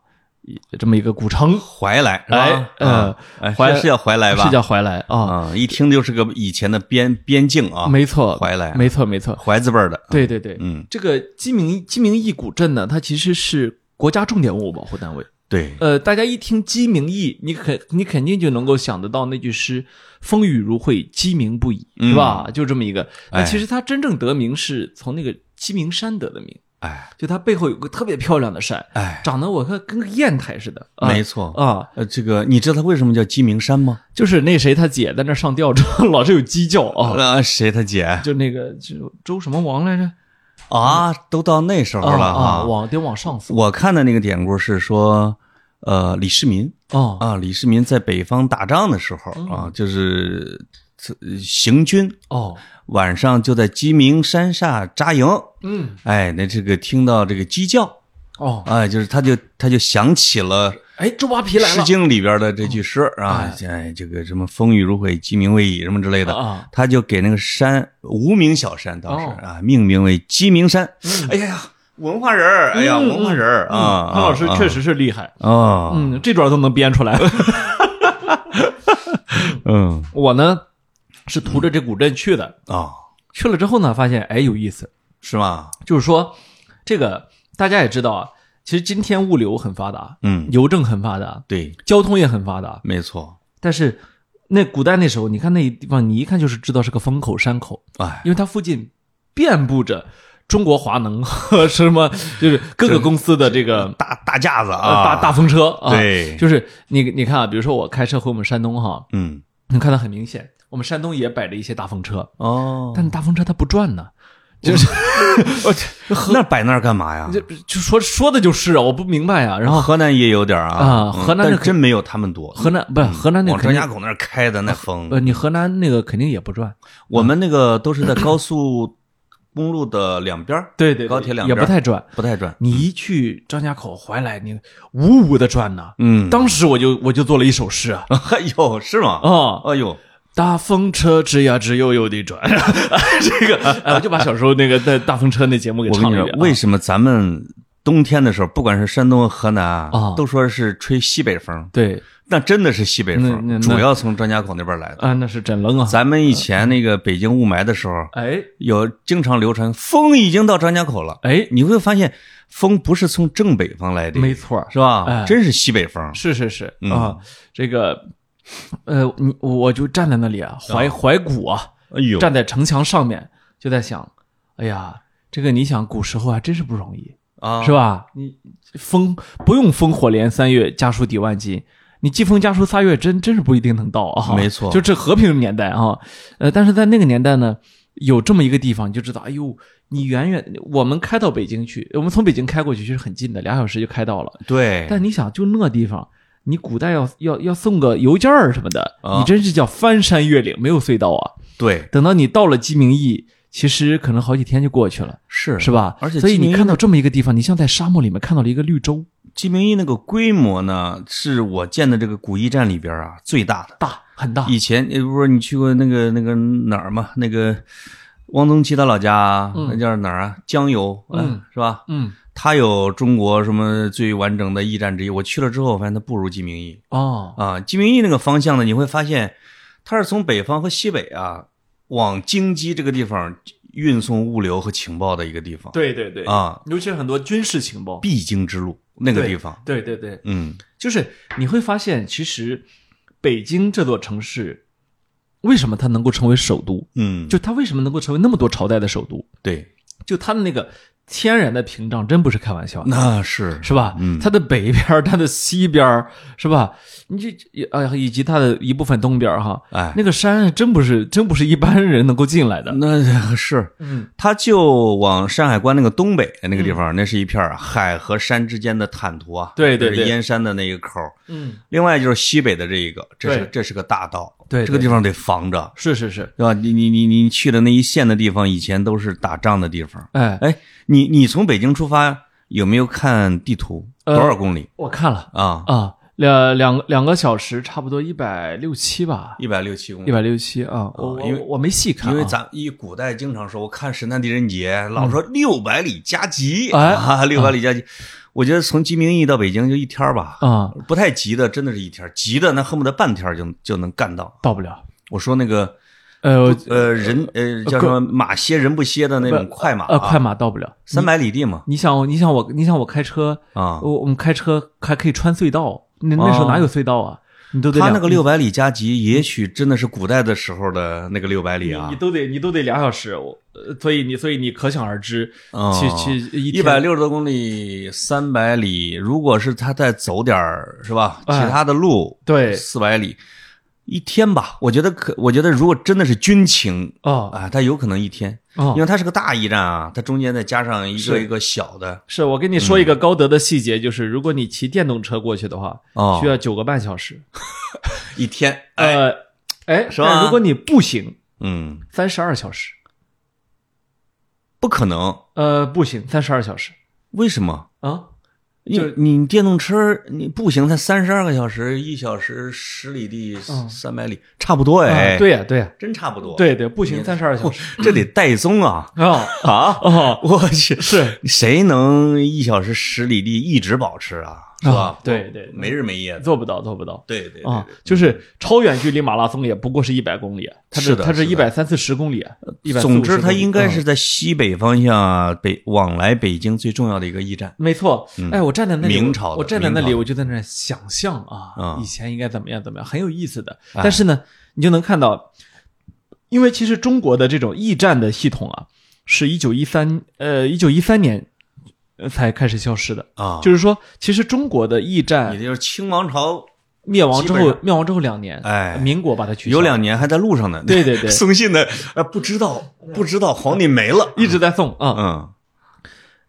[SPEAKER 1] 这么一个古城，
[SPEAKER 2] 怀来是
[SPEAKER 1] 哎
[SPEAKER 2] 吧？，
[SPEAKER 1] 呃
[SPEAKER 2] 啊，，哎
[SPEAKER 1] 怀
[SPEAKER 2] 是是叫怀来吧？
[SPEAKER 1] 是叫怀来啊，
[SPEAKER 2] 啊，一听就是个以前的边边境啊，
[SPEAKER 1] 没错，
[SPEAKER 2] 怀来啊
[SPEAKER 1] 没错，没错，
[SPEAKER 2] 怀字辈儿的，
[SPEAKER 1] 对对对，
[SPEAKER 2] 嗯，
[SPEAKER 1] 这个鸡鸣鸡鸣驿古镇呢，它其实是国家重点文物保护单位。
[SPEAKER 2] 对，
[SPEAKER 1] 呃，大家一听鸡鸣驿，你肯你肯定就能够想得到那句诗“风雨如晦，鸡鸣不已”，
[SPEAKER 2] 嗯
[SPEAKER 1] 是吧？就这么一个。那
[SPEAKER 2] 哎
[SPEAKER 1] 其实它真正得名是从那个鸡鸣山得的名
[SPEAKER 2] 哎
[SPEAKER 1] 就它背后有个特别漂亮的山，
[SPEAKER 2] 哎，
[SPEAKER 1] 长得我看跟个砚台似的。啊
[SPEAKER 2] 没错。
[SPEAKER 1] 啊，
[SPEAKER 2] 呃，这个你知道它为什么叫鸡鸣山吗？
[SPEAKER 1] 就是那谁他姐在那上吊之后， 老是有鸡叫啊，
[SPEAKER 2] 啊，谁他姐
[SPEAKER 1] 就那个就周什么王来着？
[SPEAKER 2] 啊？都到那时候
[SPEAKER 1] 啊
[SPEAKER 2] 了
[SPEAKER 1] 啊，
[SPEAKER 2] 哈。
[SPEAKER 1] 往得往上走
[SPEAKER 2] 我看的那个典故是说，呃，李世民
[SPEAKER 1] 啊
[SPEAKER 2] 啊，李世民在北方打仗的时候啊，就是呃行军，
[SPEAKER 1] 哦，
[SPEAKER 2] 晚上就在鸡鸣山下扎营。
[SPEAKER 1] 嗯
[SPEAKER 2] 哎，那这个听到这个鸡叫，
[SPEAKER 1] 哦，
[SPEAKER 2] 哎，就是他就他就想起了。
[SPEAKER 1] 哎，周扒皮来
[SPEAKER 2] 诗
[SPEAKER 1] 了
[SPEAKER 2] 经》里边的这句诗啊，哎，这个什么“风雨如晦，鸡鸣未已”什么之类的，
[SPEAKER 1] 啊，
[SPEAKER 2] 他就给那个山无名小山当时
[SPEAKER 1] 哦
[SPEAKER 2] 啊命名为鸡鸣山。哎呀呀，文化人儿，哎呀，
[SPEAKER 1] 嗯
[SPEAKER 2] 文化人儿啊！
[SPEAKER 1] 嗯潘老师确
[SPEAKER 2] 实
[SPEAKER 1] 实是厉害，
[SPEAKER 2] 啊，
[SPEAKER 1] 嗯，这段都能编出 来。
[SPEAKER 2] 嗯
[SPEAKER 1] 我呢是图着这古镇去的，
[SPEAKER 2] 啊，
[SPEAKER 1] 去了之后呢，发现哎有意思，
[SPEAKER 2] 是吗？
[SPEAKER 1] 就是说这个大家也知道啊，其实今天物流很发达，
[SPEAKER 2] 嗯，
[SPEAKER 1] 邮政很发达，
[SPEAKER 2] 对，
[SPEAKER 1] 交通也很发达，
[SPEAKER 2] 没错。
[SPEAKER 1] 但是那古代那时候，你看那地方，你一看就是知道是个风口山口，
[SPEAKER 2] 哎，
[SPEAKER 1] 因为它附近遍布着中国华能和什么，就是各个公司的这个
[SPEAKER 2] 大大架子
[SPEAKER 1] 呃
[SPEAKER 2] 啊，
[SPEAKER 1] 大大风车啊，
[SPEAKER 2] 对
[SPEAKER 1] 就是你你看啊，比如说我开车回我们山东哈，
[SPEAKER 2] 嗯
[SPEAKER 1] 能看到很明显，我们山东也摆着一些大风车，
[SPEAKER 2] 哦，
[SPEAKER 1] 但大风车它不转呢，就是 ？
[SPEAKER 2] 那摆那儿干嘛呀
[SPEAKER 1] 就就说说的就是啊，我不明白啊。然后
[SPEAKER 2] 河南也有点儿啊，
[SPEAKER 1] 啊
[SPEAKER 2] 嗯
[SPEAKER 1] 河南
[SPEAKER 2] 但
[SPEAKER 1] 那可
[SPEAKER 2] 真没有他们多。
[SPEAKER 1] 河南不是河南那
[SPEAKER 2] 往
[SPEAKER 1] 肯
[SPEAKER 2] 张
[SPEAKER 1] 定
[SPEAKER 2] 家口那儿开的那风，
[SPEAKER 1] 呃，你河南那个肯定也不转，
[SPEAKER 2] 我们那个都是在高速公路的两边儿，
[SPEAKER 1] 对对
[SPEAKER 2] 高铁两
[SPEAKER 1] 也
[SPEAKER 2] 边
[SPEAKER 1] 不太转。
[SPEAKER 2] 不太转。
[SPEAKER 1] 你一去张家口怀来，你呜呜的转呐。
[SPEAKER 2] 嗯，
[SPEAKER 1] 当时我就我就做了一首诗啊，
[SPEAKER 2] 哎呦，是吗？
[SPEAKER 1] 哦，
[SPEAKER 2] 哎呦，
[SPEAKER 1] 大风车直呀直悠悠地转， 这个哎，我就把小时候那个那大风车那节目给
[SPEAKER 2] 我跟
[SPEAKER 1] 唱
[SPEAKER 2] 你
[SPEAKER 1] 了一
[SPEAKER 2] 说，
[SPEAKER 1] 遍啊。
[SPEAKER 2] 为什么咱们冬天的时候，不管是山东和河南
[SPEAKER 1] 啊
[SPEAKER 2] 啊，都说是吹西北风，
[SPEAKER 1] 对
[SPEAKER 2] 那真的是西北
[SPEAKER 1] 嗯那那
[SPEAKER 2] 风，
[SPEAKER 1] 那
[SPEAKER 2] 主要从张家口那边来的。
[SPEAKER 1] 啊，那是真冷啊。
[SPEAKER 2] 咱们以前那个北京雾霾的时候，
[SPEAKER 1] 哎
[SPEAKER 2] 有经常流传风已经到张家口了，
[SPEAKER 1] 哎，
[SPEAKER 2] 你会发现风不是从正北方来的，
[SPEAKER 1] 没错儿，
[SPEAKER 2] 是吧？
[SPEAKER 1] 哎
[SPEAKER 2] 真是西北风。
[SPEAKER 1] 是是是
[SPEAKER 2] 嗯
[SPEAKER 1] 啊，这个呃，你我就站在那里啊，怀怀古啊，
[SPEAKER 2] 哎呦，
[SPEAKER 1] 站在城墙上面就在想，哎呀，这个你想古时候还真是不容易。
[SPEAKER 2] 啊，
[SPEAKER 1] 是吧？你烽不用烽火连三月，家书抵万金。你季风家书仨月真真是不一定能到啊！
[SPEAKER 2] 没错
[SPEAKER 1] 就这和平年代啊，呃，但是在那个年代呢，有这么一个地方，你就知道，哎呦，你远远我们开到北京去，我们从北京开过去其实很近的，俩小时就开到了。
[SPEAKER 2] 对，
[SPEAKER 1] 但你想，就那地方，你古代要要要送个邮件儿什么的，
[SPEAKER 2] 啊
[SPEAKER 1] 你真是叫翻山越岭，没有隧道啊！
[SPEAKER 2] 对，
[SPEAKER 1] 等到你到了鸡鸣驿，其实可能好几天就过去了。
[SPEAKER 2] 是
[SPEAKER 1] 是吧？
[SPEAKER 2] 而且
[SPEAKER 1] 所以
[SPEAKER 2] 鸡
[SPEAKER 1] 你
[SPEAKER 2] 鸣
[SPEAKER 1] 看到这么一个地方，你像在沙漠里面看到了一个绿洲，
[SPEAKER 2] 鸡鸣驿那个规模呢，是我见的这个古驿站里边啊最大的。
[SPEAKER 1] 大很大。
[SPEAKER 2] 以前呃不是你去过那个那个哪儿吗？那个汪曾祺他老家，
[SPEAKER 1] 嗯
[SPEAKER 2] 那叫哪儿啊？江油，呃
[SPEAKER 1] 嗯，
[SPEAKER 2] 是吧？
[SPEAKER 1] 嗯，
[SPEAKER 2] 他有中国什么最完整的驿站之一。我去了之后，我发现它不如鸡鸣驿
[SPEAKER 1] 哦，
[SPEAKER 2] 啊。鸡鸣驿那个方向呢，你会发现它是从北方和西北啊往京畿这个地方运送物流和情报的一个地方，
[SPEAKER 1] 对对对
[SPEAKER 2] 啊，
[SPEAKER 1] 尤其是很多军事情报，
[SPEAKER 2] 必经之路那个
[SPEAKER 1] 对
[SPEAKER 2] 地方。
[SPEAKER 1] 对对对，
[SPEAKER 2] 嗯，
[SPEAKER 1] 就是你会发现，其实北京这座城市为什么它能够成为首都？
[SPEAKER 2] 嗯，
[SPEAKER 1] 就它为什么能够成为那么多朝代的首都？
[SPEAKER 2] 对，
[SPEAKER 1] 就它的那个天然的屏障，真不是开玩笑的。
[SPEAKER 2] 那是
[SPEAKER 1] 是吧？
[SPEAKER 2] 嗯
[SPEAKER 1] 它的北边儿，它的西边儿，是吧？你这哎呀，以及它的一部分东边儿哈，
[SPEAKER 2] 哎，
[SPEAKER 1] 那个山真不是真不是一般人能够进来的。
[SPEAKER 2] 那 是
[SPEAKER 1] 嗯，
[SPEAKER 2] 他就往山海关那个东北那个地方，那是一片儿啊海和山之间的坦途啊，
[SPEAKER 1] 对对
[SPEAKER 2] 就是
[SPEAKER 1] 对
[SPEAKER 2] 燕山的那个口儿。
[SPEAKER 1] 嗯，
[SPEAKER 2] 另外就是西北的这一个，这是
[SPEAKER 1] 对
[SPEAKER 2] 这是个大道，
[SPEAKER 1] 对对
[SPEAKER 2] 这个地方得防着，
[SPEAKER 1] 是是是，
[SPEAKER 2] 对吧？你你你你去的那一线的地方，以前都是打仗的地方。
[SPEAKER 1] 哎，
[SPEAKER 2] 哎，你你从北京出发有没有看地图？
[SPEAKER 1] 呃
[SPEAKER 2] 多少公里
[SPEAKER 1] 我看了
[SPEAKER 2] 啊？
[SPEAKER 1] 啊，两两两个小时，差不多一百六七吧，
[SPEAKER 2] 一百六七公里
[SPEAKER 1] 一。百六七啊，我
[SPEAKER 2] 嗯哦因为
[SPEAKER 1] 我我没细看啊，
[SPEAKER 2] 因为咱一古代经常说，我看《神探狄仁杰》，老说六百里加急、
[SPEAKER 1] 嗯哎
[SPEAKER 2] 啊，六百里加急。我觉得从鸡鸣驿到北京就一天儿吧，
[SPEAKER 1] 啊
[SPEAKER 2] 不太急的，真的是一天儿；急的那恨不得半天儿就就能干到。
[SPEAKER 1] 到不了，
[SPEAKER 2] 我说那个
[SPEAKER 1] 呃
[SPEAKER 2] 呃人呃叫什么马歇人不歇的那种快马
[SPEAKER 1] 呃，快
[SPEAKER 2] 马
[SPEAKER 1] 马到不了。
[SPEAKER 2] 三百里地嘛
[SPEAKER 1] 你想，你想我，你想我开车，
[SPEAKER 2] 啊
[SPEAKER 1] 我我们开车还可以穿隧道，那那时候
[SPEAKER 2] 哦
[SPEAKER 1] 哪有隧道啊？你都得
[SPEAKER 2] 他
[SPEAKER 1] 两
[SPEAKER 2] 那个六百里加急，也许真的是古代的时候的那个六百里啊
[SPEAKER 1] 你你，都得你都得两小时，我呃所以你所以你可想而知，
[SPEAKER 2] 嗯
[SPEAKER 1] 去去
[SPEAKER 2] 一百六十多公里，三百里，如果是他再走点儿是吧？其
[SPEAKER 1] 哎
[SPEAKER 2] 他的路，
[SPEAKER 1] 对
[SPEAKER 2] 四百里，一天吧。我觉得可，我觉得如果真的是军情
[SPEAKER 1] 哦
[SPEAKER 2] 啊，他有可能一天，因
[SPEAKER 1] 哦，
[SPEAKER 2] 为它是个大驿站啊，它中间再加上一个
[SPEAKER 1] 是
[SPEAKER 2] 一个小的
[SPEAKER 1] 是我跟你说一
[SPEAKER 2] 嗯
[SPEAKER 1] 个高德的细节，就是如果你骑电动车过去的话，
[SPEAKER 2] 哦
[SPEAKER 1] 需，要九个半小时，
[SPEAKER 2] 一天，哎，
[SPEAKER 1] 呃，哎，
[SPEAKER 2] 是吧
[SPEAKER 1] 但如果你步行，
[SPEAKER 2] 嗯，
[SPEAKER 1] 三十二小时，
[SPEAKER 2] 不可能，
[SPEAKER 1] 呃，步行三十二小时
[SPEAKER 2] 为什么？
[SPEAKER 1] 啊，
[SPEAKER 2] 你
[SPEAKER 1] 就是
[SPEAKER 2] 你电动车你步行才三十二个小时，一小时十里地
[SPEAKER 1] 嗯
[SPEAKER 2] 三百里，差不多哎，
[SPEAKER 1] 啊，对呀对呀，
[SPEAKER 2] 真差不多。
[SPEAKER 1] 对对，步行
[SPEAKER 2] 你
[SPEAKER 1] 三十二小时
[SPEAKER 2] 嚯，这得戴宗啊
[SPEAKER 1] 啊
[SPEAKER 2] 啊！
[SPEAKER 1] 哦，
[SPEAKER 2] 我去，
[SPEAKER 1] 是
[SPEAKER 2] 谁能一小时十里地一直保持啊？是吧
[SPEAKER 1] 啊？对对
[SPEAKER 2] 没日没夜的。
[SPEAKER 1] 做不到做不到。
[SPEAKER 2] 对对对
[SPEAKER 1] 啊，就是超远距离马拉松也不过是一百公里，它
[SPEAKER 2] 是的
[SPEAKER 1] 它是
[SPEAKER 2] 是
[SPEAKER 1] 一
[SPEAKER 2] 的
[SPEAKER 1] 百三四十公里，一百。
[SPEAKER 2] 总之，它应
[SPEAKER 1] 嗯
[SPEAKER 2] 该是在西北方向啊，北往来北京最重要的一个驿站。
[SPEAKER 1] 没错，哎，我站在那里，
[SPEAKER 2] 嗯明朝的
[SPEAKER 1] 我站在那
[SPEAKER 2] 明朝
[SPEAKER 1] 里，
[SPEAKER 2] 的
[SPEAKER 1] 我就在那儿想象啊
[SPEAKER 2] 啊，
[SPEAKER 1] 以前应该怎么样怎么样，很有意思的。
[SPEAKER 2] 哎
[SPEAKER 1] 但是呢，你就能看到，因为其实中国的这种驿站的系统啊，是一九一三呃一九一三年呃才开始消失的。
[SPEAKER 2] 啊，
[SPEAKER 1] 就是说，其实中国的驿
[SPEAKER 2] 也
[SPEAKER 1] 站
[SPEAKER 2] 就是清王朝
[SPEAKER 1] 灭亡之
[SPEAKER 2] 基本
[SPEAKER 1] 后
[SPEAKER 2] 上，
[SPEAKER 1] 灭亡之后两年，
[SPEAKER 2] 哎
[SPEAKER 1] 民国把它取消，
[SPEAKER 2] 有两年还在路上呢。
[SPEAKER 1] 对对对
[SPEAKER 2] 送信的呃不知道不知道皇帝没了。
[SPEAKER 1] 一直在送啊，
[SPEAKER 2] 嗯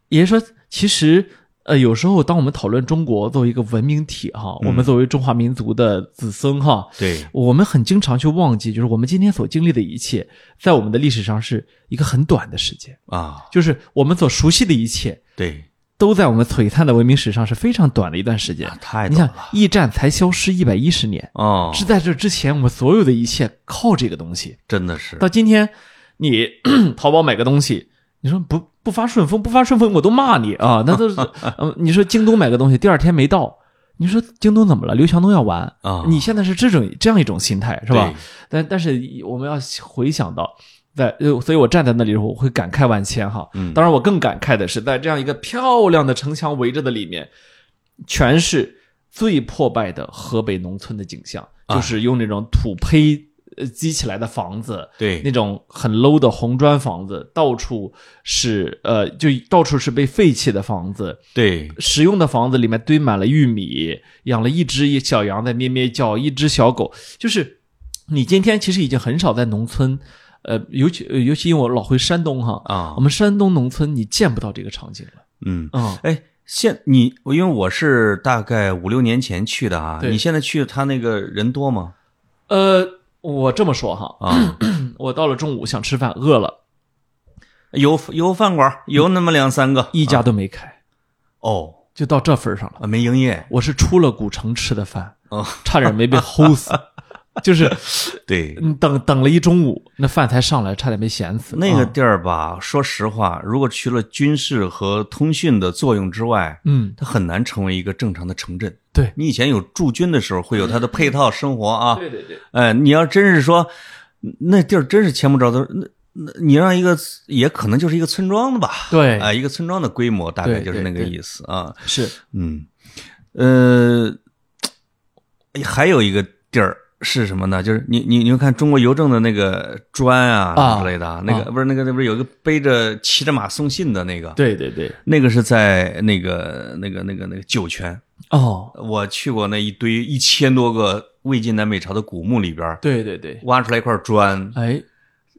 [SPEAKER 1] 也就是说，其实呃，有时候当我们讨论中国作为一个文明体哈，
[SPEAKER 2] 嗯
[SPEAKER 1] 我们作为中华民族的子孙哈，
[SPEAKER 2] 对
[SPEAKER 1] 我们很经常去忘记，就是我们今天所经历的一切，在我们的历史上是一个很短的时间，
[SPEAKER 2] 啊，
[SPEAKER 1] 就是我们所熟悉的一切。
[SPEAKER 2] 对，
[SPEAKER 1] 都在我们璀璨的文明史上是非常短的一段时间。
[SPEAKER 2] 啊太
[SPEAKER 1] 你
[SPEAKER 2] 懂
[SPEAKER 1] 想
[SPEAKER 2] 了，
[SPEAKER 1] 驿站才消失一百一十年，
[SPEAKER 2] 哦，
[SPEAKER 1] 是在这之前，我们所有的一切靠这个东西。
[SPEAKER 2] 真的是
[SPEAKER 1] 到今天，你 淘宝买个东西，你说不不发顺丰，不发顺丰我都骂你啊！ 那都是，嗯，你说京东买个东西，第二天没到，你说京东怎么了？刘强东要完
[SPEAKER 2] 啊
[SPEAKER 1] 你现在是这种这样一种心态是吧
[SPEAKER 2] 对？
[SPEAKER 1] 但但是我们要回想到。在，呃所以我站在那里的时候，我会感慨万千哈。
[SPEAKER 2] 嗯
[SPEAKER 1] 当然，我更感慨的是，在这样一个漂亮的城墙围着的里面，全是最破败的河北农村的景象，
[SPEAKER 2] 啊
[SPEAKER 1] 就是用那种土坯呃积起来的房子，
[SPEAKER 2] 对
[SPEAKER 1] 那种很 low 的红砖房子，到处是呃，就到处是被废弃的房子，
[SPEAKER 2] 对
[SPEAKER 1] 使用的房子里面堆满了玉米，养了一只小羊在咩咩叫，一只小狗，就是你今天其实已经很少在农村。呃，尤其呃尤其因为我老回山东哈，
[SPEAKER 2] 啊
[SPEAKER 1] 我，们山东农村你见不到这个场景了。
[SPEAKER 2] 嗯，
[SPEAKER 1] 嗯，
[SPEAKER 2] 哎，现你因为我是大概五六年前去的啊，
[SPEAKER 1] 对
[SPEAKER 2] 你现在去他那个人多吗？
[SPEAKER 1] 呃，我这么说哈， 嗯
[SPEAKER 2] 啊，
[SPEAKER 1] 我到了中午想吃饭，饿了，
[SPEAKER 2] 有有饭馆，有那么两三个
[SPEAKER 1] 嗯一家都没开，
[SPEAKER 2] 哦，
[SPEAKER 1] 就到这份儿上了。
[SPEAKER 2] 啊没营业
[SPEAKER 1] 我是出了古城吃的饭，
[SPEAKER 2] 哦，
[SPEAKER 1] 差点没被齁 死。就是
[SPEAKER 2] 对，
[SPEAKER 1] 嗯等等了一中午，那饭才上来，差点没咸死。
[SPEAKER 2] 那个
[SPEAKER 1] 啊
[SPEAKER 2] 地儿吧，说实话，如果去了军事和通讯的作用之外，
[SPEAKER 1] 嗯，
[SPEAKER 2] 它很难成为一个正常的城镇。
[SPEAKER 1] 对，
[SPEAKER 2] 你以前有驻军的时候，会有它的配套生活啊。
[SPEAKER 1] 对对，
[SPEAKER 2] 哎，你要真是说那地儿真是前不着村，那那你让一个也可能就是一个村庄的吧？
[SPEAKER 1] 对
[SPEAKER 2] 啊，一个村庄的规模大概
[SPEAKER 1] 对
[SPEAKER 2] 就是那个
[SPEAKER 1] 对对
[SPEAKER 2] 意思啊。
[SPEAKER 1] 是
[SPEAKER 2] 嗯，呃，还有一个地儿是什么呢？就是你你你们看中国邮政的那个砖啊
[SPEAKER 1] 啊
[SPEAKER 2] 之类的，啊、那个不是那个那不是有一个背着骑着马送信的那个，，
[SPEAKER 1] 对对对。
[SPEAKER 2] 那个是在那个那个那个那个酒泉，
[SPEAKER 1] 哦，
[SPEAKER 2] 我去过那一堆一千多个魏晋南北朝的古墓里边儿
[SPEAKER 1] 对对对，
[SPEAKER 2] 挖出来一块砖，
[SPEAKER 1] 哎，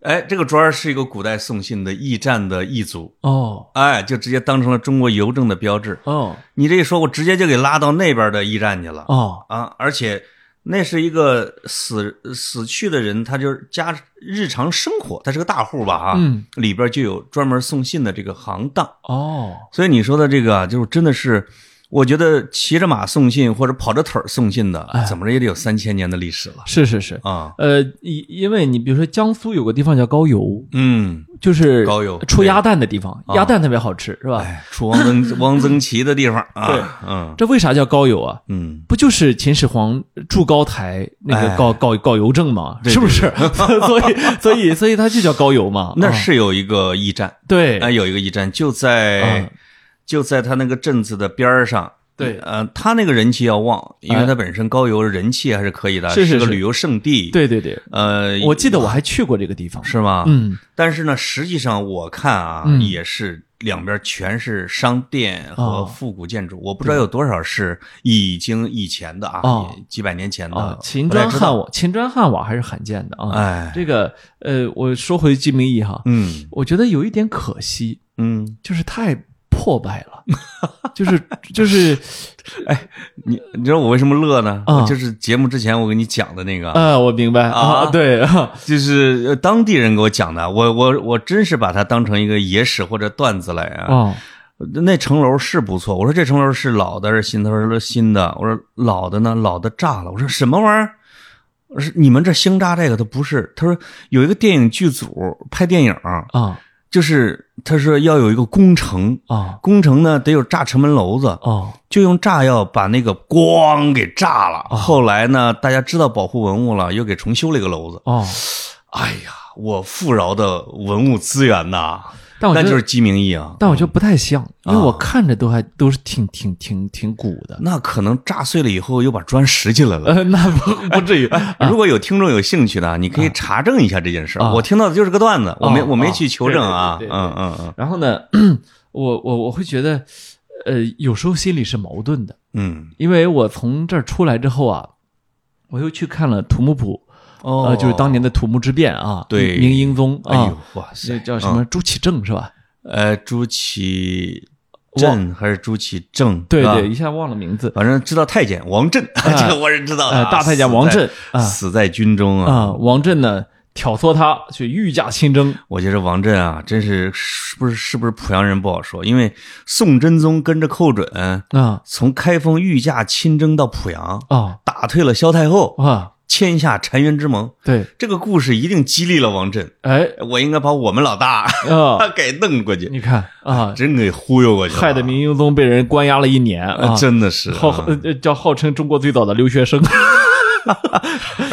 [SPEAKER 2] 哎，这个砖儿是一个古代送信的驿站的驿卒。
[SPEAKER 1] 哦
[SPEAKER 2] 哎，就直接当成了中国邮政的标志。
[SPEAKER 1] 哦
[SPEAKER 2] 你这一说，我直接就给拉到那边的驿站去了。
[SPEAKER 1] 哦，
[SPEAKER 2] 啊，而且那是一个死死去的人，他就是家日常生活，他是个大户吧啊，
[SPEAKER 1] 嗯
[SPEAKER 2] 里边就有专门送信的这个行当，
[SPEAKER 1] 哦，
[SPEAKER 2] 所以你说的这个啊，就是真的是。我觉得骑着马送信或者跑着腿儿送信的，
[SPEAKER 1] 哎
[SPEAKER 2] 怎么着也得有三千年的历史了
[SPEAKER 1] 是是是。
[SPEAKER 2] 啊！
[SPEAKER 1] 呃，因因为你比如说江苏有个地方叫高邮，
[SPEAKER 2] 嗯，
[SPEAKER 1] 就是
[SPEAKER 2] 高邮
[SPEAKER 1] 出鸭蛋的地方，
[SPEAKER 2] 啊
[SPEAKER 1] 鸭蛋特别好吃，是吧？
[SPEAKER 2] 哎，出 汪曾汪曾祺的地方啊，嗯
[SPEAKER 1] 这为啥叫高邮啊？
[SPEAKER 2] 嗯，
[SPEAKER 1] 不就是秦始皇筑高台那
[SPEAKER 2] 哎
[SPEAKER 1] 个搞搞搞邮政吗？
[SPEAKER 2] 对
[SPEAKER 1] 是不是？ 所以所以所以它就叫高邮嘛。
[SPEAKER 2] 那
[SPEAKER 1] 啊
[SPEAKER 2] 是哎有一个驿站，
[SPEAKER 1] 对
[SPEAKER 2] 哎，有一个驿站就在
[SPEAKER 1] 啊
[SPEAKER 2] 就在他那个镇子的边儿上，
[SPEAKER 1] 对哎
[SPEAKER 2] 呃，他那个人气要旺，因为它本身高邮人气还是可以的，
[SPEAKER 1] 是是
[SPEAKER 2] 个
[SPEAKER 1] 是
[SPEAKER 2] 旅游胜地。，
[SPEAKER 1] 对对对，
[SPEAKER 2] 呃，
[SPEAKER 1] 我记得我还去过这个地方。
[SPEAKER 2] 是吗？
[SPEAKER 1] 嗯，
[SPEAKER 2] 但是呢，实际上我看啊，
[SPEAKER 1] 嗯
[SPEAKER 2] 也是两边全是商店
[SPEAKER 1] 哦
[SPEAKER 2] 和复古建筑，我不知道有多少是已经以前的啊，
[SPEAKER 1] 哦
[SPEAKER 2] 也几百年前的。
[SPEAKER 1] 啊，秦
[SPEAKER 2] 不太
[SPEAKER 1] 砖
[SPEAKER 2] 知道
[SPEAKER 1] 汉瓦，秦砖汉瓦还是罕见的啊。
[SPEAKER 2] 哎
[SPEAKER 1] 这个呃，我说回金明义哈，
[SPEAKER 2] 嗯
[SPEAKER 1] 我觉得有一点可惜，
[SPEAKER 2] 嗯，
[SPEAKER 1] 就是太破败 了，就是就是
[SPEAKER 2] 你你知道我为什么乐呢？
[SPEAKER 1] 啊
[SPEAKER 2] 就是节目之前我给你讲的那个，
[SPEAKER 1] 啊，我明白
[SPEAKER 2] 啊
[SPEAKER 1] 啊，对啊，
[SPEAKER 2] 就是呃当地人给我讲的，我我我真是把它当成一个野史或者段子来啊。
[SPEAKER 1] 哦
[SPEAKER 2] 那城楼是不错，我说这城楼是老的还是新的？他说是新的，我说老的呢，老的炸了。我说什么玩意儿？我说你们这兴炸这个，他不是。他说有一个电影剧组拍电影，
[SPEAKER 1] 啊
[SPEAKER 2] 就是他说要有一个工程，
[SPEAKER 1] 啊
[SPEAKER 2] 工程呢得有炸城门楼子，
[SPEAKER 1] 哦
[SPEAKER 2] 就用炸药把那个咣给炸了。后来呢，大家知道保护文物了，又给重修了一个楼子。
[SPEAKER 1] 哦，
[SPEAKER 2] 哎呀，我富饶的文物资源呐，
[SPEAKER 1] 但我觉
[SPEAKER 2] 那
[SPEAKER 1] 得
[SPEAKER 2] 就是鸡鸣翼啊。
[SPEAKER 1] 但我觉得不太像，因为
[SPEAKER 2] 啊
[SPEAKER 1] 我看着都还都是挺挺挺挺鼓 的。
[SPEAKER 2] 那可能炸碎了以后又把砖拾起来了。
[SPEAKER 1] 呃，那 不不至于。
[SPEAKER 2] 如果有听众有兴趣的，你可以查证一下这件事儿。
[SPEAKER 1] 啊
[SPEAKER 2] 我听到的就是个段子，我没
[SPEAKER 1] 啊
[SPEAKER 2] 我没
[SPEAKER 1] 啊
[SPEAKER 2] 去求证啊。
[SPEAKER 1] 对对对
[SPEAKER 2] 嗯
[SPEAKER 1] 对
[SPEAKER 2] 嗯嗯
[SPEAKER 1] 然后呢，我我我会觉得，呃，有时候心里是矛盾的，
[SPEAKER 2] 嗯。
[SPEAKER 1] 因为我从这儿出来之后啊，我又去看了土木堡，
[SPEAKER 2] 哦
[SPEAKER 1] 呃，就是当年的土木之变啊，
[SPEAKER 2] 对
[SPEAKER 1] 明英宗
[SPEAKER 2] 哎
[SPEAKER 1] 啊
[SPEAKER 2] 呦，啊哇塞
[SPEAKER 1] 那，叫什么朱祁镇是吧？
[SPEAKER 2] 呃，朱祁镇还是朱祁正？
[SPEAKER 1] 对
[SPEAKER 2] 是吧
[SPEAKER 1] 对，一下忘了名字。
[SPEAKER 2] 反正知道太监王振， 这个我是知道的啊。
[SPEAKER 1] 呃，大太监
[SPEAKER 2] 死
[SPEAKER 1] 王
[SPEAKER 2] 在
[SPEAKER 1] 振啊
[SPEAKER 2] 死在军中啊。
[SPEAKER 1] 啊，王振呢挑唆他去御驾亲征，
[SPEAKER 2] 我觉得王振啊，真是是不是是不是濮阳人不好说，因为宋真宗跟着寇准，
[SPEAKER 1] 啊
[SPEAKER 2] 从开封御驾亲征到濮阳，
[SPEAKER 1] 啊
[SPEAKER 2] 打退了萧太后，
[SPEAKER 1] 啊，
[SPEAKER 2] 签下澶渊之盟。
[SPEAKER 1] 对，
[SPEAKER 2] 这个故事一定激励了王振，
[SPEAKER 1] 哎
[SPEAKER 2] 我应该把我们老大
[SPEAKER 1] 啊，
[SPEAKER 2] 给弄过去，
[SPEAKER 1] 你看啊，
[SPEAKER 2] 真给忽悠过去了，
[SPEAKER 1] 害得明英宗被人关押了一年啊
[SPEAKER 2] 呃，，真的是啊
[SPEAKER 1] 号呃呃叫号称中国最早的留学 生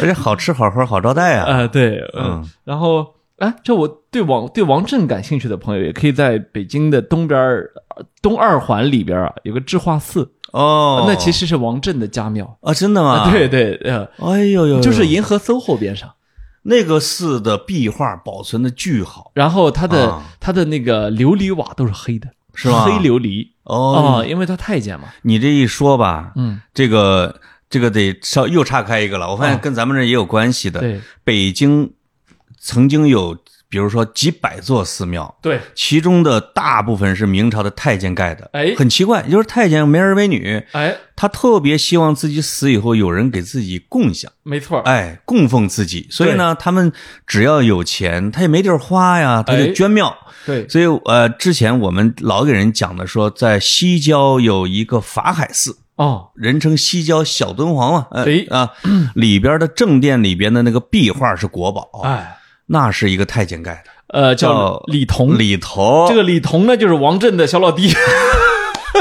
[SPEAKER 2] 而且好吃好喝好招待啊。
[SPEAKER 1] 啊，对，嗯
[SPEAKER 2] 嗯，
[SPEAKER 1] 然后哎，这我对王对王振感兴趣的朋友，也可以在北京的东边儿呃东二环里边儿啊，有个智化寺，
[SPEAKER 2] 哦，
[SPEAKER 1] 呃那其实是王振的家庙
[SPEAKER 2] 啊，真的吗？
[SPEAKER 1] 对，对，呃，
[SPEAKER 2] 哎呦呦呦，
[SPEAKER 1] 就是银河 SOHO 边上。
[SPEAKER 2] 那个寺的壁画保存的巨好，
[SPEAKER 1] 然后它的、
[SPEAKER 2] 啊
[SPEAKER 1] 它的那个琉璃瓦都是黑的，
[SPEAKER 2] 是吗
[SPEAKER 1] 黑琉璃
[SPEAKER 2] 哦
[SPEAKER 1] 啊、，因为他太监嘛。
[SPEAKER 2] 你这一说吧，
[SPEAKER 1] 嗯，
[SPEAKER 2] 这个这个得稍又岔开一个了。我发现
[SPEAKER 1] 啊
[SPEAKER 2] 跟咱们这也有关系的。
[SPEAKER 1] 对
[SPEAKER 2] 北京曾经有，比如说几百座寺庙，
[SPEAKER 1] 对，
[SPEAKER 2] 其中的大部分是明朝的太监盖的。
[SPEAKER 1] 哎
[SPEAKER 2] 很奇怪，就是太监没儿为女，
[SPEAKER 1] 哎，
[SPEAKER 2] 他特别希望自己死以后有人给自己供享，
[SPEAKER 1] 没错，
[SPEAKER 2] 哎，供奉自己。所以呢，他们只要有钱，他也没地儿花呀，他就
[SPEAKER 1] 哎
[SPEAKER 2] 捐庙。
[SPEAKER 1] 对，
[SPEAKER 2] 所以呃，之前我们老给人讲的说，在西郊有一个法海寺，
[SPEAKER 1] 哦，
[SPEAKER 2] 人称西郊小敦煌嘛，呃
[SPEAKER 1] 哎
[SPEAKER 2] 啊，里边的正殿里边的那个壁画是国宝，
[SPEAKER 1] 哎，
[SPEAKER 2] 那是一个太监盖的，
[SPEAKER 1] 呃，叫
[SPEAKER 2] 叫
[SPEAKER 1] 李彤，
[SPEAKER 2] 李哦头，
[SPEAKER 1] 这个李彤呢，就是王振的小老 弟，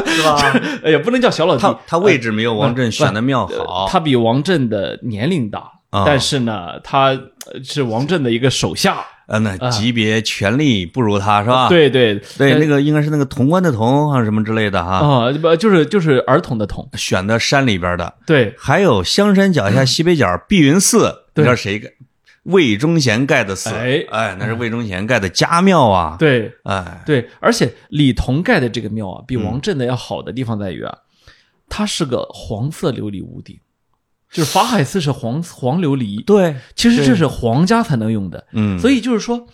[SPEAKER 2] 是吧？
[SPEAKER 1] 哎呀，不能叫小老弟，
[SPEAKER 2] 他他位置没有王振选的庙
[SPEAKER 1] 呃
[SPEAKER 2] 好，
[SPEAKER 1] 他比王振的年龄大，
[SPEAKER 2] 啊
[SPEAKER 1] 但是呢，他呃是王振的一个手下，
[SPEAKER 2] 呃，那级别权力不如他是吧？
[SPEAKER 1] 啊对对
[SPEAKER 2] 对，
[SPEAKER 1] 呃
[SPEAKER 2] 那个应该是那个潼关的潼还是什么之类的哈，
[SPEAKER 1] 啊，不、就是就是儿童的童，
[SPEAKER 2] 选的山里边的，
[SPEAKER 1] 对，
[SPEAKER 2] 还有香山脚下西北角碧云寺，你
[SPEAKER 1] 嗯对
[SPEAKER 2] 知道谁盖？魏忠贤盖的寺，
[SPEAKER 1] 哎
[SPEAKER 2] 哎，那是魏忠贤盖的家庙啊，，
[SPEAKER 1] 对，
[SPEAKER 2] 哎，
[SPEAKER 1] 对，而且李彤盖的这个庙啊，
[SPEAKER 2] 嗯
[SPEAKER 1] 比王振的要好的地方在于啊，它是个黄色琉璃屋顶，就是法海寺是黄黄琉璃，
[SPEAKER 2] 对，
[SPEAKER 1] 其实这
[SPEAKER 2] 对
[SPEAKER 1] 是皇家才能用的，
[SPEAKER 2] 嗯，
[SPEAKER 1] 所
[SPEAKER 2] 以
[SPEAKER 1] 以就是说，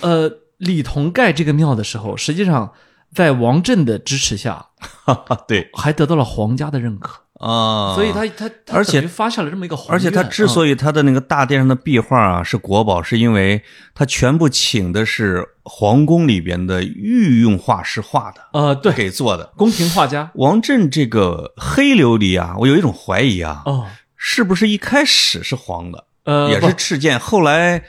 [SPEAKER 1] 呃，李彤盖这个庙的时候，实际上在王振的支持下，
[SPEAKER 2] 啊对
[SPEAKER 1] 还得到了皇家的认可，
[SPEAKER 2] 啊，
[SPEAKER 1] 所以他他他
[SPEAKER 2] 而且
[SPEAKER 1] 等于发下了这么一个宏愿，
[SPEAKER 2] 而且他之
[SPEAKER 1] 以
[SPEAKER 2] 所以他的那个大殿上的壁画啊是国宝，是因为他全部请的是皇宫里边的御用画师画的，
[SPEAKER 1] 呃，对，
[SPEAKER 2] 给做的。
[SPEAKER 1] 宫廷画家
[SPEAKER 2] 王振这个黑琉璃啊，我有一种怀疑啊，
[SPEAKER 1] 哦，
[SPEAKER 2] 是不是一开始是黄的，
[SPEAKER 1] 呃，
[SPEAKER 2] 也
[SPEAKER 1] 不
[SPEAKER 2] 是赤剑，后来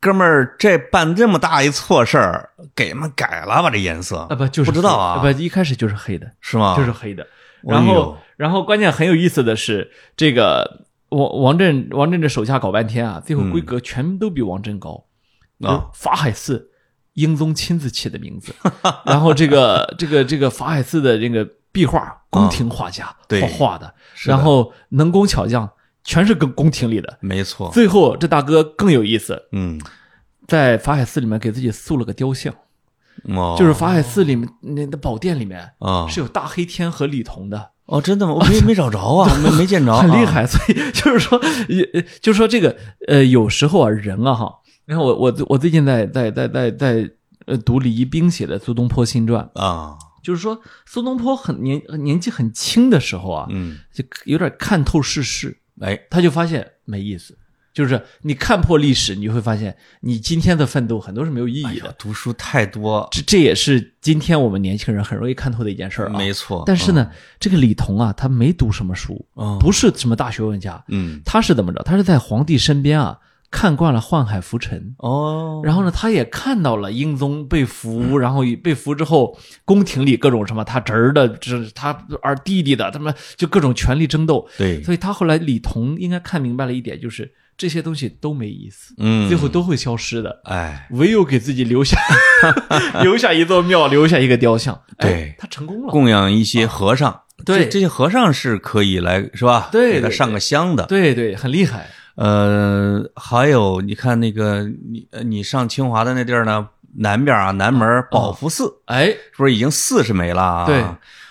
[SPEAKER 2] 哥们儿这办这么大一错事儿，给他们改了吧这颜色
[SPEAKER 1] 啊不就是
[SPEAKER 2] 不知道
[SPEAKER 1] 黑
[SPEAKER 2] 啊
[SPEAKER 1] 不一开始就是黑的，
[SPEAKER 2] 是吗？
[SPEAKER 1] 就是黑的。
[SPEAKER 2] 哎呦
[SPEAKER 1] 然后，然后关键很有意思的是，这个王王振王振这手下搞半天啊，最后规格全都比王振高。
[SPEAKER 2] 嗯啊
[SPEAKER 1] 就是法海 寺，英宗亲自起的名字。然后这个这个这个法海寺的这个壁画，宫廷画家
[SPEAKER 2] 啊对
[SPEAKER 1] 画画的，
[SPEAKER 2] 的
[SPEAKER 1] 然后能工巧匠全是跟宫廷里的。
[SPEAKER 2] 没错，
[SPEAKER 1] 最后这大哥更有意思，
[SPEAKER 2] 嗯，
[SPEAKER 1] 在法海寺里面给自己塑了个雕像，
[SPEAKER 2] 哦，
[SPEAKER 1] 就是法海寺里面那那宝殿里面
[SPEAKER 2] 啊，
[SPEAKER 1] 是有大黑天和李彤的，
[SPEAKER 2] 哦，真的吗？我没没找着 啊，没没见着啊，
[SPEAKER 1] 很厉害。所以 就是说，也呃就是说这个呃，有时候啊，人啊哈，你看我我我最近在在在在在呃读李一冰写的《苏东坡新传》，
[SPEAKER 2] 啊，
[SPEAKER 1] 就是说苏东坡很年年纪很轻的时候啊，
[SPEAKER 2] 嗯，
[SPEAKER 1] 就有点看透世事，
[SPEAKER 2] 哎，
[SPEAKER 1] 他就发现没意思。就是你看破历史，你会发现你今天的奋斗很多是没有意
[SPEAKER 2] 哎
[SPEAKER 1] 义的
[SPEAKER 2] 呀。，读书太多，
[SPEAKER 1] 这这也是今天我们年轻人很容易看透的一件事儿啊。
[SPEAKER 2] 没错。
[SPEAKER 1] 但是呢，这个李彤啊，他没读什么书，
[SPEAKER 2] 嗯，
[SPEAKER 1] 不是什么大学问家，
[SPEAKER 2] 嗯，
[SPEAKER 1] 他是怎么着？他是在皇帝身边啊，看惯了宦海浮沉，
[SPEAKER 2] 哦，
[SPEAKER 1] 然后呢，他也看到了英宗被俘，然后被俘之后，宫廷里各种什么他侄儿的，这他二弟弟的，他们就各种权力争斗。
[SPEAKER 2] 对，
[SPEAKER 1] 所以他后来李彤应该看明白了一点，就是这些东西都没意思，
[SPEAKER 2] 嗯，
[SPEAKER 1] 最后都会消失的。
[SPEAKER 2] 哎，
[SPEAKER 1] 唯有给自己 留下留下一座庙，留下一个雕像。哎
[SPEAKER 2] 对
[SPEAKER 1] 他成功了。
[SPEAKER 2] 供养一些和尚，
[SPEAKER 1] 对
[SPEAKER 2] 这这些和尚是可以来是吧？
[SPEAKER 1] 对
[SPEAKER 2] 给他
[SPEAKER 1] 对
[SPEAKER 2] 上个香的。
[SPEAKER 1] 对对，很厉害。
[SPEAKER 2] 呃，还有你看那个你呃你上清华的那地儿呢，南边啊，南门儿宝福寺，
[SPEAKER 1] 哎，
[SPEAKER 2] 是不是已经寺是没了啊？
[SPEAKER 1] 对，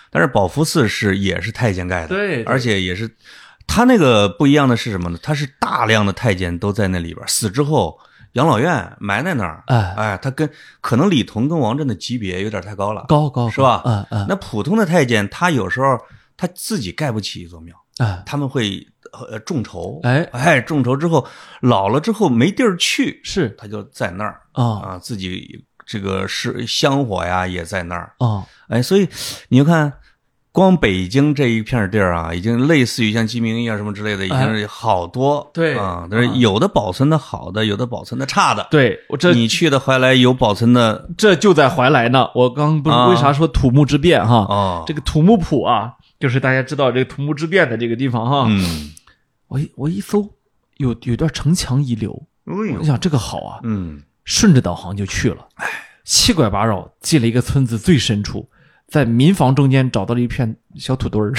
[SPEAKER 2] 但是宝福寺是也是太监盖的，
[SPEAKER 1] 对对
[SPEAKER 2] 而且也是他那个不一样的是什么呢？他是大量的太监都在那里边儿，死之后养老院埋在那儿，
[SPEAKER 1] 哎
[SPEAKER 2] 哎，他跟可能李彤跟王振的级别有点太高了，
[SPEAKER 1] 高高
[SPEAKER 2] 是吧
[SPEAKER 1] 嗯嗯
[SPEAKER 2] 那普通的太监他有时候他自己盖不起一座庙，
[SPEAKER 1] 嗯，
[SPEAKER 2] 他们会呃众筹，
[SPEAKER 1] 哎
[SPEAKER 2] 哎，众筹之后老了之后没地儿去，
[SPEAKER 1] 是
[SPEAKER 2] 他就在那儿
[SPEAKER 1] 啊
[SPEAKER 2] 啊，自己这个是香火呀也在那儿，
[SPEAKER 1] 啊
[SPEAKER 2] 哎，所以你就看，光北京这一片地儿啊，已经类似于像鸡鸣一样什么之类的，已经是好多。
[SPEAKER 1] 哎对
[SPEAKER 2] 啊，但是
[SPEAKER 1] 嗯
[SPEAKER 2] 有的保存的好的，有的保存的差的。
[SPEAKER 1] 对我这
[SPEAKER 2] 你去的怀来有保存的
[SPEAKER 1] 这就在怀来呢。我刚不是
[SPEAKER 2] 啊
[SPEAKER 1] 为啥说土木之变哈？
[SPEAKER 2] 哦，
[SPEAKER 1] 这个土木堡啊，就是大家知道这个土木之变的这个地方哈。
[SPEAKER 2] 嗯，
[SPEAKER 1] 我一我一搜，有有一段城墙遗留，我想这个好啊，
[SPEAKER 2] 嗯，
[SPEAKER 1] 顺着导航就去了。七拐八绕进了一个村子最深处，在民房中间找到了一片小土 堆儿，